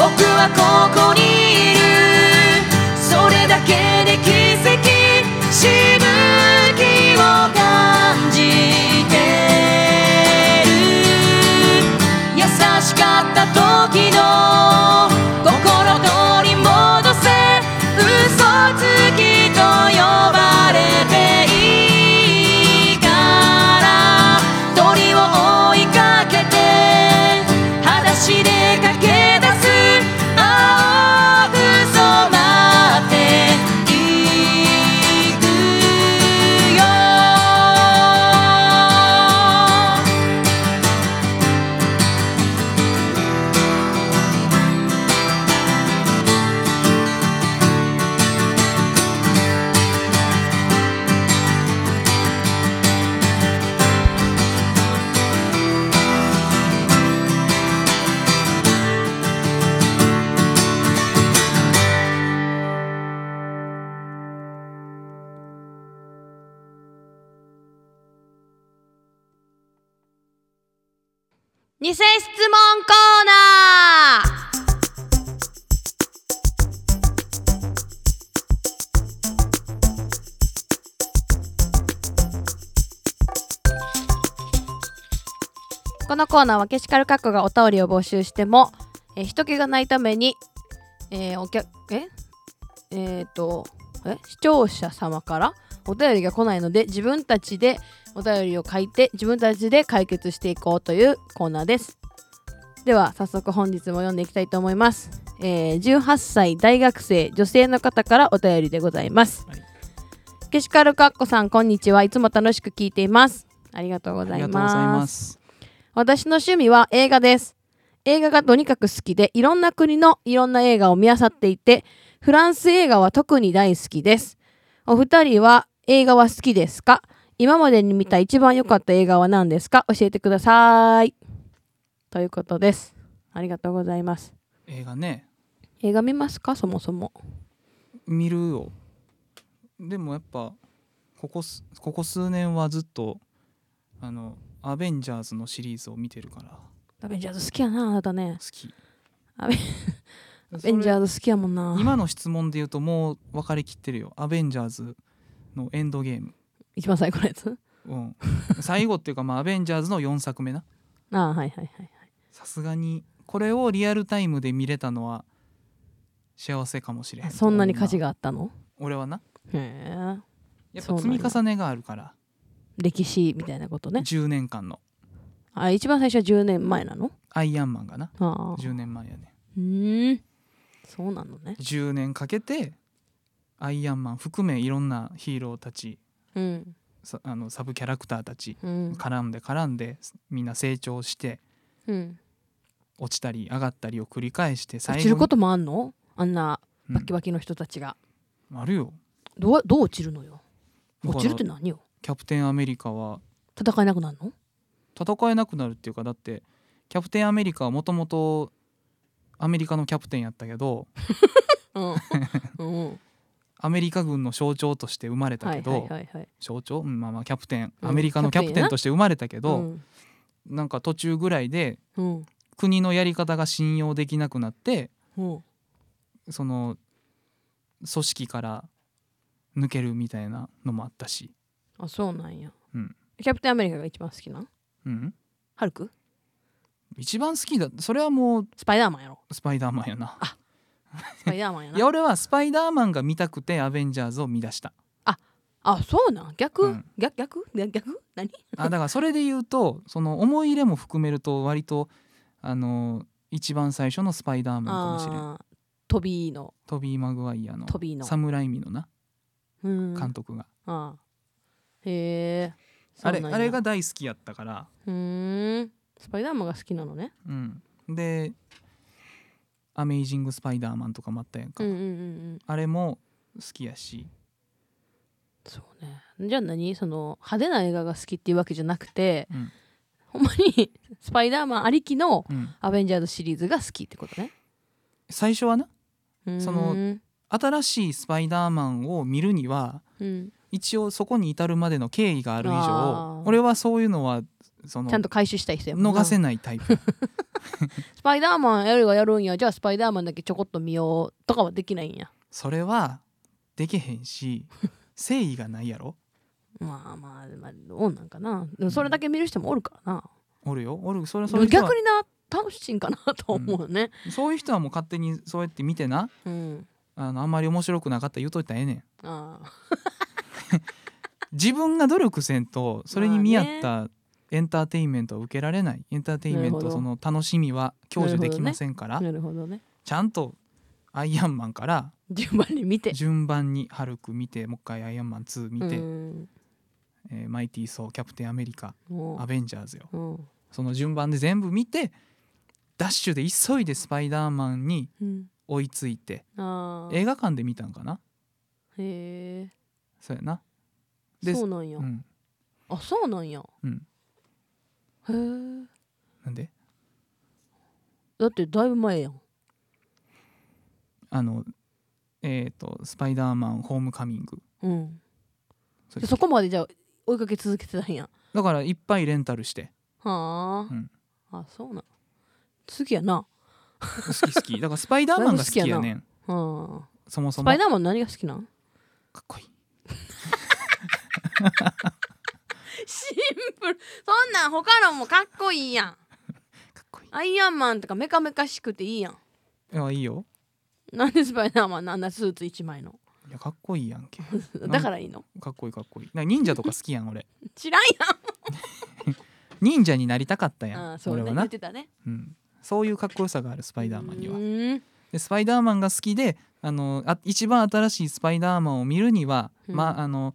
はここにいる」「それだけで奇跡しぶきを感じてる」優しかった時の心取り戻せ嘘つきと呼ばれていいから鳥を追いかけて裸足で駆け出す青く染まっていくよ偽質問コーナーこのコーナーはけしかるかっこがお便りを募集しても、えー人気がないために、えーお客ええーとえ視聴者様からお便りが来ないので自分たちでお便りを書いて自分たちで解決していこうというコーナーですでは早速本日も読んでいきたいと思います、えー18歳大学生女性の方からお便りでございます、はいけしかるかっこさんこんにちはいつも楽しく聞いていますありがとうごあざりいがとうございまますす。私の趣味は映画です映画がとにかく好きでいろんな国のいろんな映画を見漁っていてフランス映画は特に大好きですお二人は映画は好きですか今までに見た一番良かった映画は何ですか教えてくださいということですありがとうございます映画ね、映画見ますかそもそも見るよ。でもやっぱここすここ数年はずっとあのアベンジャーズのシリーズを見てるから好アベンジャーズ好きやなあなたねき。アベアベンジャーズ好きやもんそれな今の質問で言うともう分かりきってるよ。アベンジャーズのエンドゲーム。一番最後のやつ <laughs> うん、最後っていうか、まあ、アベンジャーズの4作目なああはいはいはいさすがにこれをリアルタイムで見れたのは幸せかもしれへんあそんなに価値があったの俺はなへえやっそうぱなんや積み重ねがあるから、歴史みたいなことね10年間のあ一番最初は10年前なのアイアンマンがなああ10年前やねうーんそうなのね10年かけてアイアンマン含めいろんなヒーローたちうんさあのサブキャラクターたちうん絡んで絡んでみんな成長してうん落ちたり上がったりを繰り返して最落後、ちることともあんのあんなうんバキバキの人たちが、あるよどうどう落ちるのよだから落ちるって何よキャプテンアメリカは戦えなくなるの戦えなくなるっていうかだってキャプテンアメリカはもともとアメリカのキャプテンやったけど <laughs> うん、うん、アメリカ軍の象徴として生まれたはけいど、はいはいはい象徴、うんまあ、まあキャプテンうんアメリカのキャプテンとして生まれたけど、うんなんか途中ぐらいでうん国のやり方が信用できなくなってうんその組織から抜けるみたいなのもあったし、あそうなんや、うんキャプテンアメリカが一番好きなんうん、ハルク一番好きだそれはもうスパイダーマン <laughs> やろスパイダーマンやな。スパイダーマンやいなや俺はスパイダーマンが見たくてアベンジャーズを見出した。あそうなん逆、うん逆逆逆逆何 <laughs> あだからそれで言うとその思い入れも含めると割とあの一番最初のスパイダーマンかもしれんあートビーのトビー・マグワイアのトビーのサムライミのなうん監督が、ああへえあそうれなんやあれが大好きやったから、うーんスパイダーマンが好きなのねうん、で「アメイジング・スパイダーマン」とかもあったやんか、うんうんうんうんあれも好きやしそうねじゃあ何その派手な映画が好きっていうわけじゃなくて、うんほんまにスパイダーマンありきのうんアベンジャーズシリーズが好きってことね最初はなうーんその新しいスパイダーマンを見るにはうん一応そこに至るまでの経緯がある以あ上ー俺はそういうのはそのちゃんと回収したい人やもんな逃せないタイプスパイダーマンやるがやるんやじゃあスパイダーマンだけちょこっと見ようとかはできないんやそれはできへん <laughs> し誠意がないやろまあまあまあどうなんかなでもそれだけ見る人もおるからな、おるよおるそれそれ逆にな楽しいんかなとは思うよね、そういう人はもう勝手にそうやって見てなうん、あのあんまり面白くなかったら言うといたらええねんああ自分が努力せんとそれに見合ったエンターテインメントを受けられないエンターテインメンなるトほどその楽しみは享受できませんから、なるほどねちゃんとアイアンマンから順番に見て順番にハルク見てもう一回アイアンマン2見て、うんえーマイティー・ソーキャプテン・アメリカもアベンジャーズよううんその順番で全部見てダッシュで急いでスパイダーマンにうん追いついてああ映画館で見たんかなへそうやなえでそうなんや、うんあそうなんやうんへえなんでだってだいぶ前やんあのえっ、と「スパイダーマンホームカミングうんそうでそこまでじゃあ追いかけ続けてたんや」だからいっぱいレンタルしてはあ、うんあそうなん好きやな好き <laughs> 好きだからスパイダーマンが好きやねんうんそもそスもパイかダーマン何が好きなんっこいいシンプルそんなん他のもかっこいいやんかっこいいアイアンマンとかメカメカしくていいやんいやいいよなんでスパイダーマンなんなスーツ一枚のいやかっこいいやんけだからいいのかっこいいかっこいいなんか忍者とか好きやん俺知らん忍者になりたかったやんやあんそう俺ねは言なっ、てたねうん、そういうかっこよさがあるススパイダーマンにははでスパイダーマンが好きであのあ一番新しいスパイダーマンを見るには、うんま、あの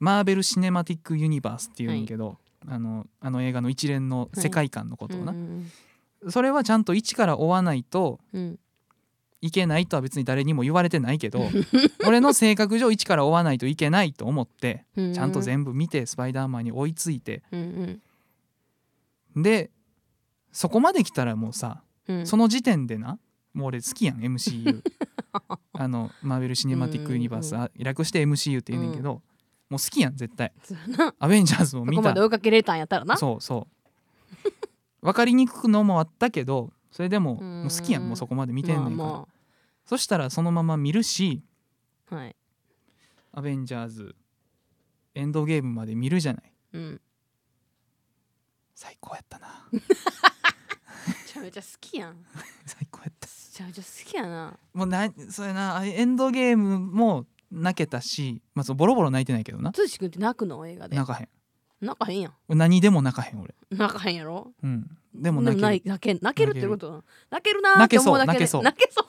マーベル・シネマティック・ユニバースっていうんやけど、あのあの映画の一連の世界観のことをな、それはちゃんと一から追わないとうんいけないとは別に誰にも言われてないけ <laughs> ど俺の性格上一から追わないといけないと思ってうんちゃんと全部見てスパイダーマンに追いついてうんうんでそこまで来たらもうさうんその時点でなもう俺好 <laughs> きやん MCU あのマーベル・シネマティック・ユニバース、うんあ略して MCU って言うねんけど、もう好きやん絶対そうやなアベンジャーズもそ見こまたで追いかけれたんやったらなそうそう分かりにくくのもあったけどそれでももう好きやうんんもうそこまで見てんねんから、まあまそしたらそのまま見るしあはいアベンジャーズエンドゲームまで見るじゃないうん最高やっ <laughs> たなめちゃめちゃ好きやんめ最高やったちゃめちゃ好きやなもうなそれなあエンドゲームも泣けたし、まあ、そのボロボロ泣いてないけどな剛君って泣くの映画で泣かへん泣かへんやん何でも泣かへん俺泣かへんやろうんでもで泣もけないる泣け泣けるってことなの泣けるなーっ泣てけそ思ううだけで泣けそう泣けそ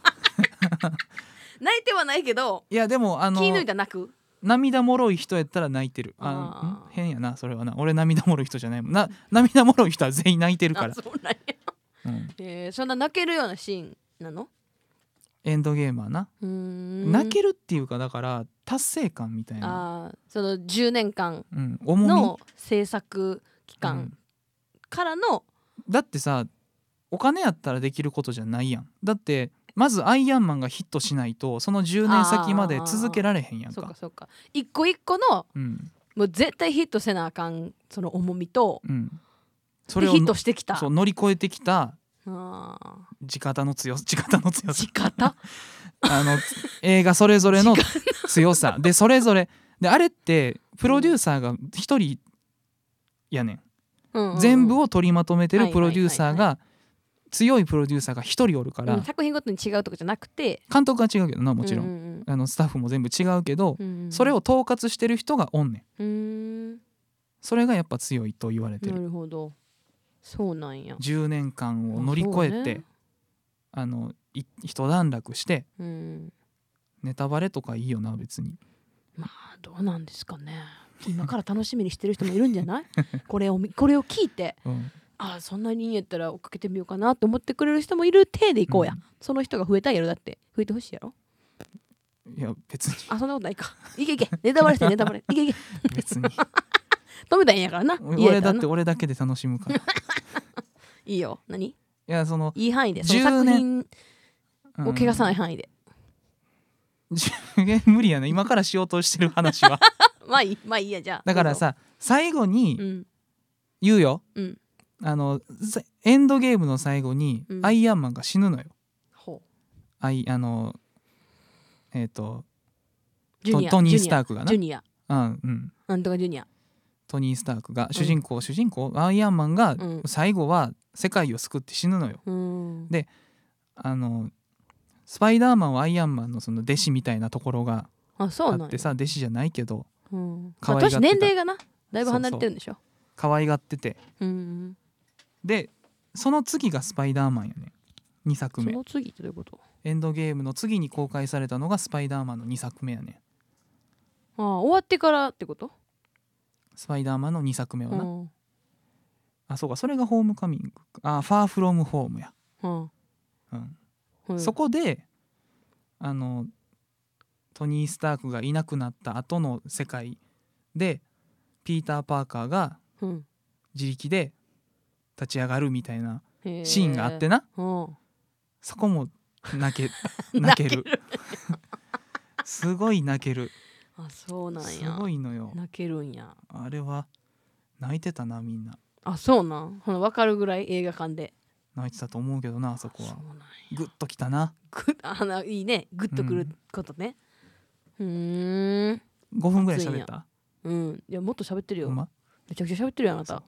う <laughs> 泣いてはないけどいやでもあの気抜いたら泣く涙もろい人やったら泣いてるああーん変やなそれはな俺涙もろい人じゃないもんな涙もろい人は全員泣いてるからあ、そうなんや、うん、えー、そんな泣けるようなシーンなのエンドゲームはな、うーん泣けるっていうかだから達成感みたいな、あーその10年間うん、重みの制作期う間んからの、だってさお金やったらできることじゃないやんだってまずアイアンマンがヒットしないとその10年先まで続けられへんやんそうかかそうか一個一個のうんもう絶対ヒットせなあかんその重みとうんそでれをヒットしてきたそう乗り越えてきたあ地方の強さ <laughs> 地方の強ーさ地方あの映画それぞれの強さでそれぞれであれってプロデューサーが一人やねん、うんうんうん全部を取りまとめてはるいプロデューサーはいはが強いプロデューサーが一人おるから、うん作品ごとに違うとかじゃなくて監督は違うけどなもちろん、ううんあのスタッフも全部違うけど、うんうんそれを統括してる人がおんねんうーんそれがやっぱ強いと言われてなる、るほどそうなんや10年間を乗り越えて、あのい一段落してうんネタバレとかいいよな別にまあどうなんですかね今から楽しみにしてる人もいるんじゃない <laughs> これをみこれを聞いてうんああそんなにいいんやったら追っかけてみようかなと思ってくれる人もいる体でいこうや、うんその人が増えたいやろだって増えてほしいやろいや <laughs> 別にあそんなことないかいけいけネタバレしてネタバ <laughs> レいけいけ別 <laughs> に止めたらいいんやからな嫌や俺かだらってな俺だけで楽しむからいいいよ何やそ <laughs> の、いい範囲でその10作年品を怪我さ <laughs> ないい範囲で、無理やな今 <laughs> からしようとしてる話はまあいいまあいいやじゃあだからさ最後にどうぞうん言うようんあのさエンドゲームの最後にうんアイアンマンが死ぬのよ、ほうアイあのえっ、とジュニアトトニジーュニアスタークがなジュニアうんうんなんとかジュニアトニー・スタークが主人公、主人公アイアンマンがうん最後は世界を救って死ぬのよ。うんであのスパイダーマンはアイアンマンのその弟子みたいなところがあそあうなんやってさ弟子じゃないけどうん可ま愛あ、がってた年年齢がなだいぶ離れてるんでしょ可愛がっててうんでその次がスパイダーマンよね2作そ目の次ってどういうことエンドゲームの次に公開されたのがスパイダーマンの2作目やねああ終わってからってことスパイダーマンの2作目はうな、ん、あそうかそれがホームカミングかあファーフロムホームや、うんうん、うん、そこであのトニー・スタークがいなくなった後の世界でピーター・パーカーがうん自力で立ち上がるみたいなへえシーンがあってな、うんそこも <laughs> 泣け泣けるすごい泣けるあそうなんすやごいのよ泣けるんやあれは泣いてたなみんなあそうなんほな分かるぐらい映画館で泣いてたと思うけどなあそこはそうなんやグッときたなぐ <laughs> あないいねグッとくることねうーん5分ぐらい喋ったうんいやもっと喋ってるよ、ほんまめちゃくちゃ喋ってるよあなた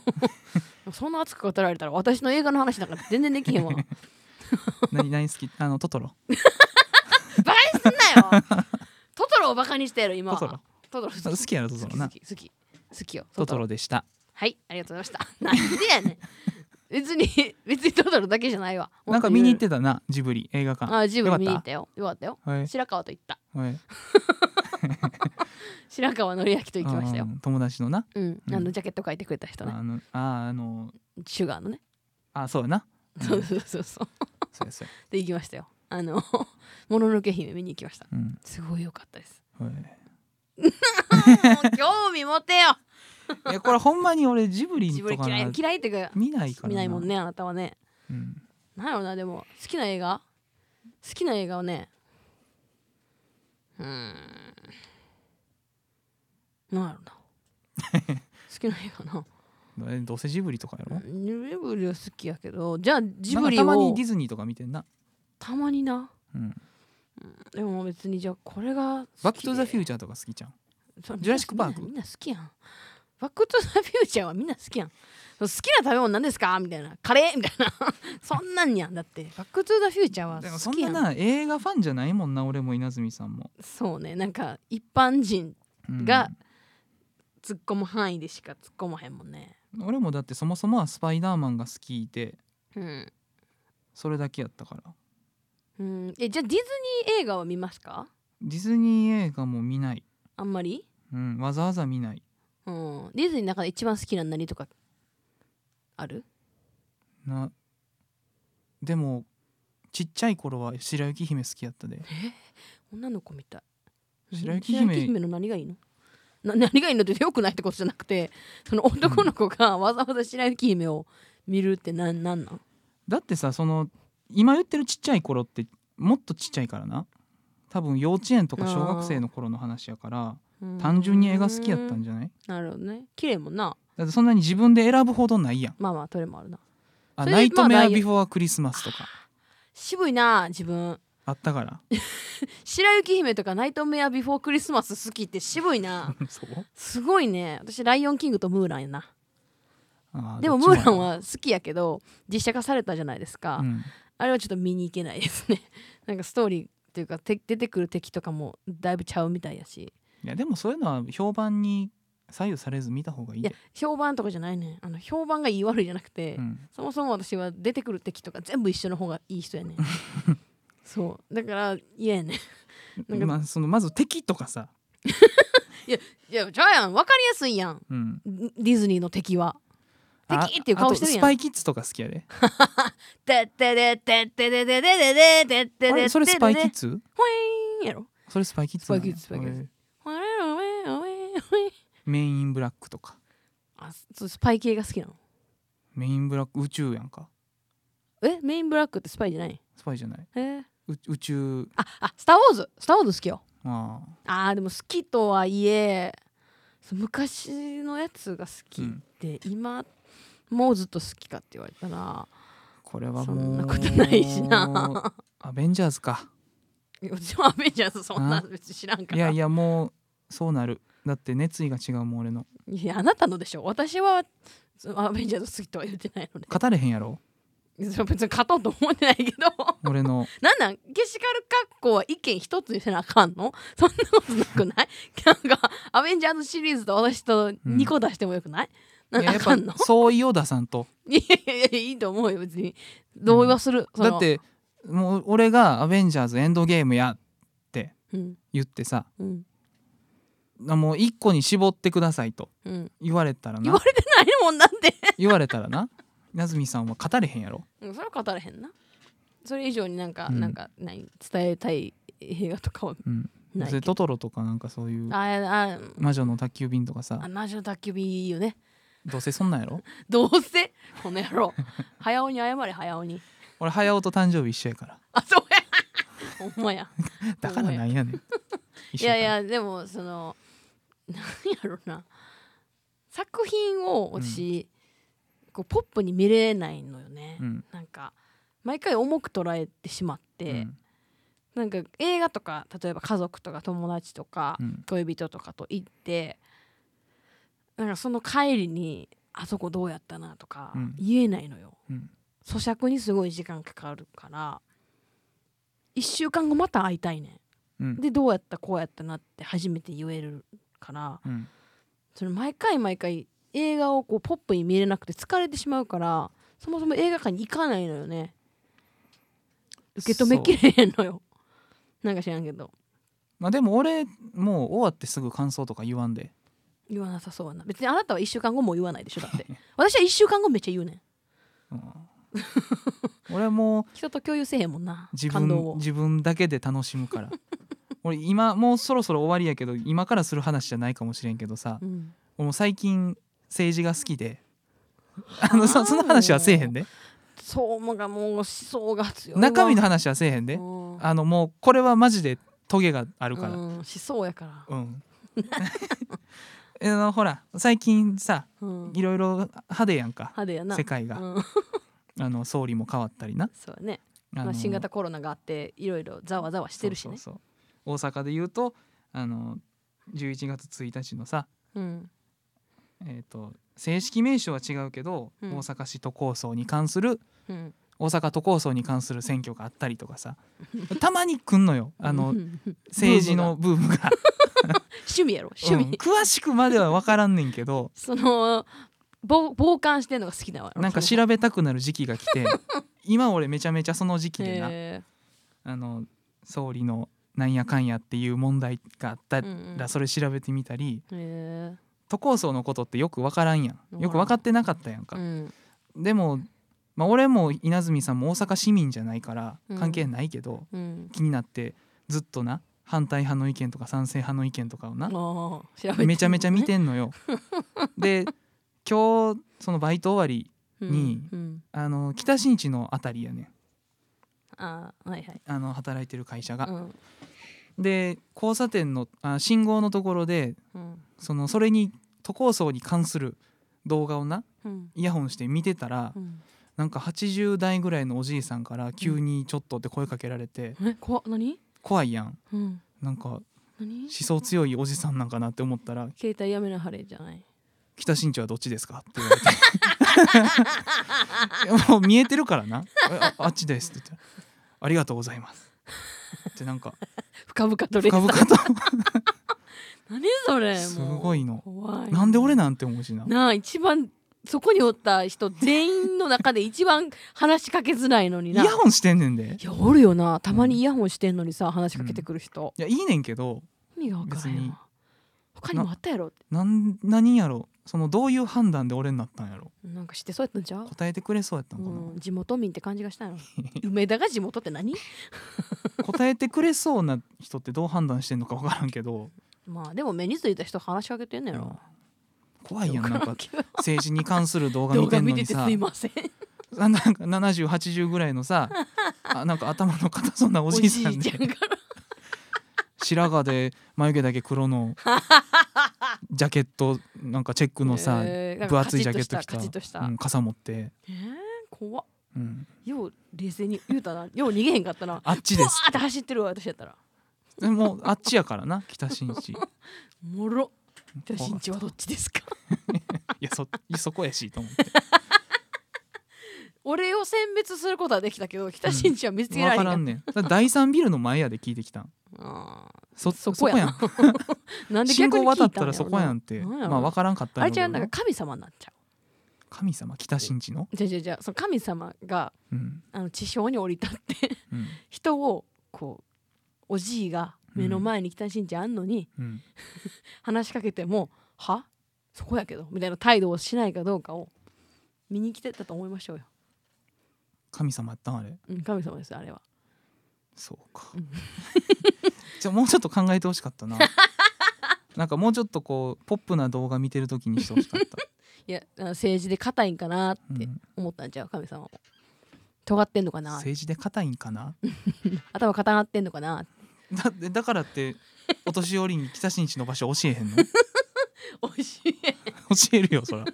<laughs> そんな熱く語られたら私の映画の話なんか全然で <laughs> きへんわバ何何好き <laughs> あのトトロカにすんなよトトロをバカにしてやる今はトトロトトロ好好ききやろトト好ロきな好き好き好きよトトロでしたはいありがとうございましたなんでやねん別に別にトトロだけじゃないわなんか見に行っよてたなジブリ映画館あジブよリか見に行っったよよかったよたはい白川と行ったはい白川紀明と行きましたようん友達のなうん、うんあのジャケット描いてくれた人ねあのああのシュガーのねあそうやなうんそうそうそうそうそうやそうやで行きましたよあの <laughs> 「もののけ姫」見に行きましたうんすごい良かったです <laughs> はいもう興味持てよいやこれほんまに俺ジブリ自分とか嫌いな嫌いってか見ないから見ないもんねあなたはねうんなんやろなでも好きな映画好きな映画はねうーんなんやろ <laughs> な好きな映画なえどうせジブリとかやろジブリは好きやけどじゃあジなんブかリをたまにディズニーとか見てんなたまになうんでも別にじゃあこれがバックトゥザフューーチャーとか好きじゃんチャジュラシックパークみんなみんな好きやんバックトゥザフューチャーはみんな好きやんその好きな食べ物なんですかみたいなカレーみたいな <laughs> そんなんやんだってバックトゥザフューチャーはでも好そきんやなんな映画ファンじゃないもんな俺も稲積さんもそうねなんか一般人うんが突っ込む範囲でしか突っ込まへんもんね俺もだってそもそもはスパイダーマンが好きでうん、それだけやったからうん、えじゃあディズニー映画は見ますかディズニー映画も見ないあんまり、うんわざわざ見ないうん、ディズニーの中で一番好きな何とかあるなでもちっちゃい頃は白雪姫好きやったで女の子みたい白雪姫白雪姫の何がいいのな <laughs> 何がいいのってよくないってことじゃなくてその男の子がわざわざ白雪姫を見るってなんなんなんだってさその今言ってるちっちゃい頃ってもっとちっちゃいからな多分幼稚園とか小学生の頃の話やからうん単純に映画好きやったんじゃないなるほどね綺麗もんなだってそんなに自分で選ぶほどないやんまあまあどれもあるなあそれナイトメまあアないビフォアクリスマスとか渋いな自分あったから白雪姫とかナイトメアビフォークリスマス好きって渋いなそうすごいね私ライオンキングとムーランやな <laughs> あでもどムっちーランは好きやけど実写化されたじゃないですか、うんあれはちょっと見に行けないですね <laughs> なんかストーリーっていうかて出てくる敵とかもだいぶちゃうみたいやしいやでもそういうのは評判に左右されず見た方がいいいやで、評判とかじゃないねあの評判がいい悪いじゃなくて、うん、そもそも私は出てくる敵とか全部一緒の方がいい人 <laughs> やねそうだから嫌やねなんかまあそのまず敵とかさ、いやじゃあやん分かりやすいやんうん、ディズニーの敵はあ敵っていう顔してるやんあとスパイキッズとか好きやで「てってれてってれてれてれてってあれれそれスパイキッズほえーんやろそれスパイキッズスパイキッズスパイキッズズほえーんほえーんほえーんほえーんメインインブラックとかあそうスパイ系が好きなのメインブラック宇宙やんかえメインブラックってスパイじゃないスパイじゃないえーう宇宙ああスター・ウォーズスター・ウォーズ好きよあああーでも好きとはいえそう昔のやつが好きうんで、今もうずっと好きかって言われたらこれはもうそんなことないしなアベンジャーズかいやうちもアベンジャーズそんなあ別に知らんからいやいやもうそうなるだって熱意が違うもん俺のいやあなたのでしょ私はそアベンジャーズ好きとは言ってないので語れへんやろそう別に勝とうと思ってないけど俺のなんなんゲシカル格好は意見一つにせなあかんの <laughs> そんなことなくない <laughs> なんかアベンジャーズシリーズと私と2個出してもよくない、い <laughs> なやんやかっあかぱんのそう言おう出さんと <laughs> いやいやいやいいと思うよ別に同意はする、そのだっ、てもう俺が「アベンジャーズエンドゲームや」ってうん言ってさうんなもう一個に絞ってくださいとうん、 <laughs> 言われたら言わなれて <laughs> ないもんなんで言われたらななずみさんは語れへんやろうんそれは語れへんなそれ以上になんか、うんなんか何伝えたい映画とかはうんないけでどトトロとかなんかそういうああ「魔女の宅急便」とかあさナジョ卓球日いいよねどうせそんなんやろどうせこの野郎早尾に謝れ早尾に俺早尾と誕生日一緒 <laughs> やからあそうやほんまやだからなんや <laughs> ねんい一緒やいややでもそのなんやろな作品を私、こうポップに見れないのよね、からうんなんか毎回重く捉えてしまっうて、んなんか映画とか例えば家族とか友達とか、うん恋人とかと行ってなんかその帰りにあそこどうやったなとかうん言えないのよ、うん咀嚼にすごい時間かかるから1週間後また会いたいねうんんでどうやったこうやったなって初めて言えるからうんそれ毎回毎回映画をこうポップに見れなくて疲れてしまうからそもそも映画館に行かないのよね受け止めきれへんのよなんか知らんけどまあでも俺もう終わってすぐ感想とか言わんで言わなさそうやな別にあなたは1週間後も言わないでしょだって <laughs> 私は1週間後めっちゃ言うねん <laughs> うん俺はもう人と共有せえへんもんな自感動分を自分だけで楽しむ <laughs> から俺今もうそろそろ終わりやけど今からする話じゃないかもしれんけどさうん俺もう最近政治が好 <laughs> きであのそその話はせえへんでそうもがもう思想が強いわ中身の話はせえへんでうんあのもうこれはマジでトゲがあるからううんん思想やから、、 <laughs> あのほら最近さうん、いろいろ派手やんか派手やな世界が、うん、あの総理も変わったりなそうやね、あまのあ、新型コロナがあっていろいろざわざわしてるしねそうそうそう大阪で言うとあの11月1日のさうんえー、と正式名称は違うけど、うん大阪市都構想に関するうん大阪都構想に関する選挙があったりとかさ <laughs> たまに来んのよ <laughs> あうのん政治のブームが趣味やろ趣 <laughs> 味、うん詳しくまでは分からんねんけどその傍傍観してんのが好きなわなんか調べたくなる時期が来 <laughs> て今俺めちゃめちゃその時期でな、へあの総理のなんやかんやっていう問題があったーうんうんらそれ調べてみたり、へ都構想のことってよく分からんやんよく分かってなかったやんかーう、んでも、まあ、俺も稲積さんも大阪市民じゃないからうん関係ないけど、うん気になってずっとな反対派の意見とか賛成派の意見とかをな、あー調べてめちゃめちゃ見て <laughs> んのよ。で今日そのバイト終わりにうんうんあの北新地のあたりやねんあーはいはいあの働いてる会社うが。んで交差点のあ信号のところでうんそのそれに都構想に関する動画をなうんイヤホンして見てたら、うんなんか80代ぐらいのおじいさんから急に「ちょっと」って声かけられて、え怖っ何怖いやんうんなんか思何想強いおじさんなんかなって思ったら携帯やめなはれじゃない「北新地はどっちですか?」って言われてい <laughs> やもう見えて <laughs> るからな「あああっちです」って言ったら「ありがとうございます」ってな <laughs> んか深々とレ深々と <laughs> 何それもうすごいの怖いなんで俺なんて思うしななあ一番そこにおった人全員の中で一番話しかけづらいのにイなヤホンしてんねんでいやおるよなたまにイヤホンしてんのにさ話しかけてくる人、いやいいねんけど意味がわからへ別んにわ他にもあったやろってなん何やろそのどういう判断で俺になったんやろなんかしてそうやったんちゃう答えてくれそうやったんかな、うん、地元民って感じがしたよ <laughs> 梅田が地元って何答えてくれそうな人ってどう判断してんのか分からんけどまあでも目についた人話しかけてんねやろ怖いやんわなんらかけど政治に関する動画動見て画んの見にててさすいませんあなんか7080ぐらいのさあなんか頭の硬そうなおおじいじさんいちでゃんから白髪で眉毛だけ黒のジャケットなんかチェックのさ、えーなんか分厚いジャケット着カチッとしたたうん、傘持って、えー、怖っうん、よう冷静に言うたなよう逃げへんかったなあっちブでワすーって走ってるわ私やったらでもあっちやからな北新地いおもろじゃあ身長はどっちですかやそそこやしと思って俺を選別することはできたけど北新 <laughs> 地は見つけられへん分かからっんねんだから第三ビルの前やで聞いてきたんた、あそそそここややなんーなんで信逆号に聞い渡たんやろなったらそこやんってなんやろなまあ分からんかったんあやれろうじけゃどあなんか神様になっちゃ神様北新地のうじゃあじゃあじゃあその神様がうんあの地上に降り立ってうん人をこうおじいが目の前に北新地あんのに、うん話しかけても「はそこやけど」みたいな態度をしないかどうかを見に来てたと思いましょうよ、神様やったんあれうん、神様ですあれはそうかうんじゃあもう <laughs> ちょっと考えてほしかっ <laughs> たななんかもうちょっとこうポップな動画見てる時にしてほしかった、いやあの政治で硬いんかなっうてん思ったんちゃう神様も尖ってんのかな政治で硬いんかな頭固まってんのかなだってだからってお年寄りに北新地の場所教えへんの教え <laughs> 教えるよ <laughs> そらだ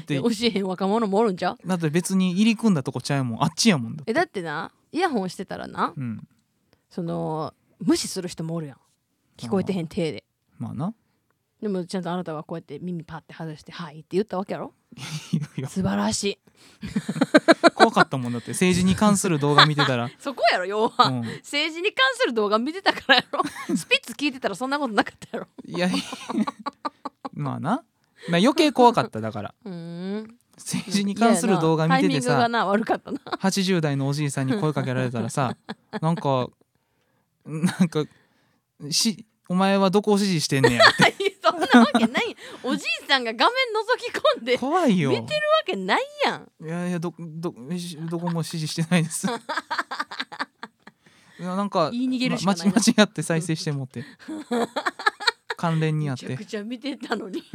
って教えへん若者もおるんちゃうだって別に入り組んだとこちゃうもんあっちやもんだってえだってなイヤホンしてたらなうんその無視する人もおるやん聞こえてへん手でまあな <laughs> でもちゃんとあなたはこうやって耳パッて外して「はい」って言ったわけやろいやいや素晴らしい怖かったもんだって政治に関する動画見てたら、そこやろ要う <laughs> は、ん、政治に関する動画見てたからや <laughs> ろスピッツ聞いてたらそんなことなかったやろいや <laughs> まあな、まあ、余計怖かっただからうーん政治に関する動画見いててやなタイミングがさな悪かったな <laughs> 80代のおじいさんに声かけられたらさなんかなんかしお前はどこを指示してんねやっ <laughs> いやそんなわけないやんおじいさんが画面覗き込んでてるわ <laughs> 怖いよ見てけないやんいやいやどどしどこも指示してないです <laughs> いやなんか言い逃げるしかまないな間違間違って再生してもって関連にあっめちゃてくちゃ見てたのに <laughs>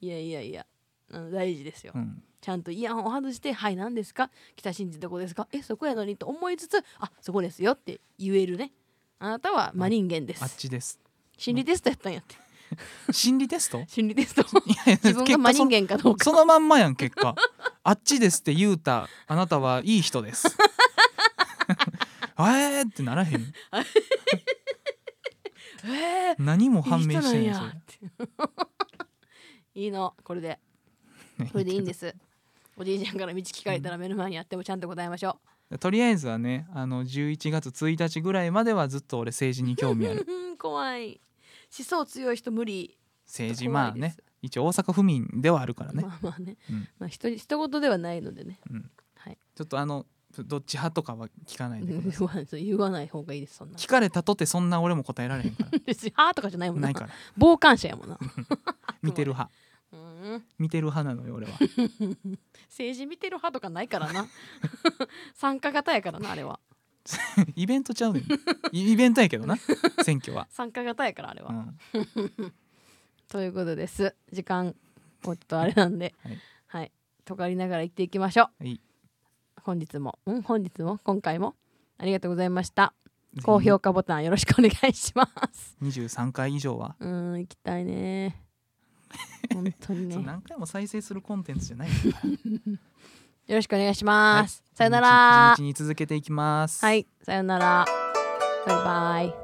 いやいやいやあの大事ですよ、うんちゃんとイヤホンを外して「はい何ですか北新地どこですかえそこやのに」と思いつつ「あそこですよ」って言えるねあなたは真人間であっすちです心理テストやったんや <laughs> って心理テストい心理テストやいや <laughs> 自分が真人間かどうかそのまんまやん結果あっちですって言うたあなたはいい人です <laughs> えーってならへん <laughs> え何もー判いい明人なしてん <laughs> ないやって <laughs> いいのこれでこれでいいんですおじいちゃんから道聞かれたら目の前にあってもちゃんと答えましょとりあえずはねあの11月1日ぐらいまではずっと俺政治に興味あう <laughs> るうん怖い思想強い人無理政治まあ怖いでねす一応大阪府民ではあるからねまあまあね、うんまあ人人事ではないのでねちょっとあのどっち派とかは聞かないでくださ <laughs> い言わない方がいいですそんな <laughs> 聞かれたとてそんな俺も答えられへんから別に「はあ」とかじゃないもんなないから傍観者やもんな見てる派うん見てる派なのよ俺は <laughs> 政治見てる派とかないからな <laughs> 参加型やからなあれはイベントちゃうねんイイベントや <laughs> けどな選挙は、参加型やからあれは、うん、ということです時間もうちょっとあれなんではいはい、とがりながら行っていきましょうはい本日もうん本日も今回もありがとうございました高評価ボタンよろしくお願いします23回以上は、うーん行きたいね本当にねそうよ何回も再生するコンテンツじゃないろしくお願いします、さよな地ら道に続けていきますはいさよならバイバイ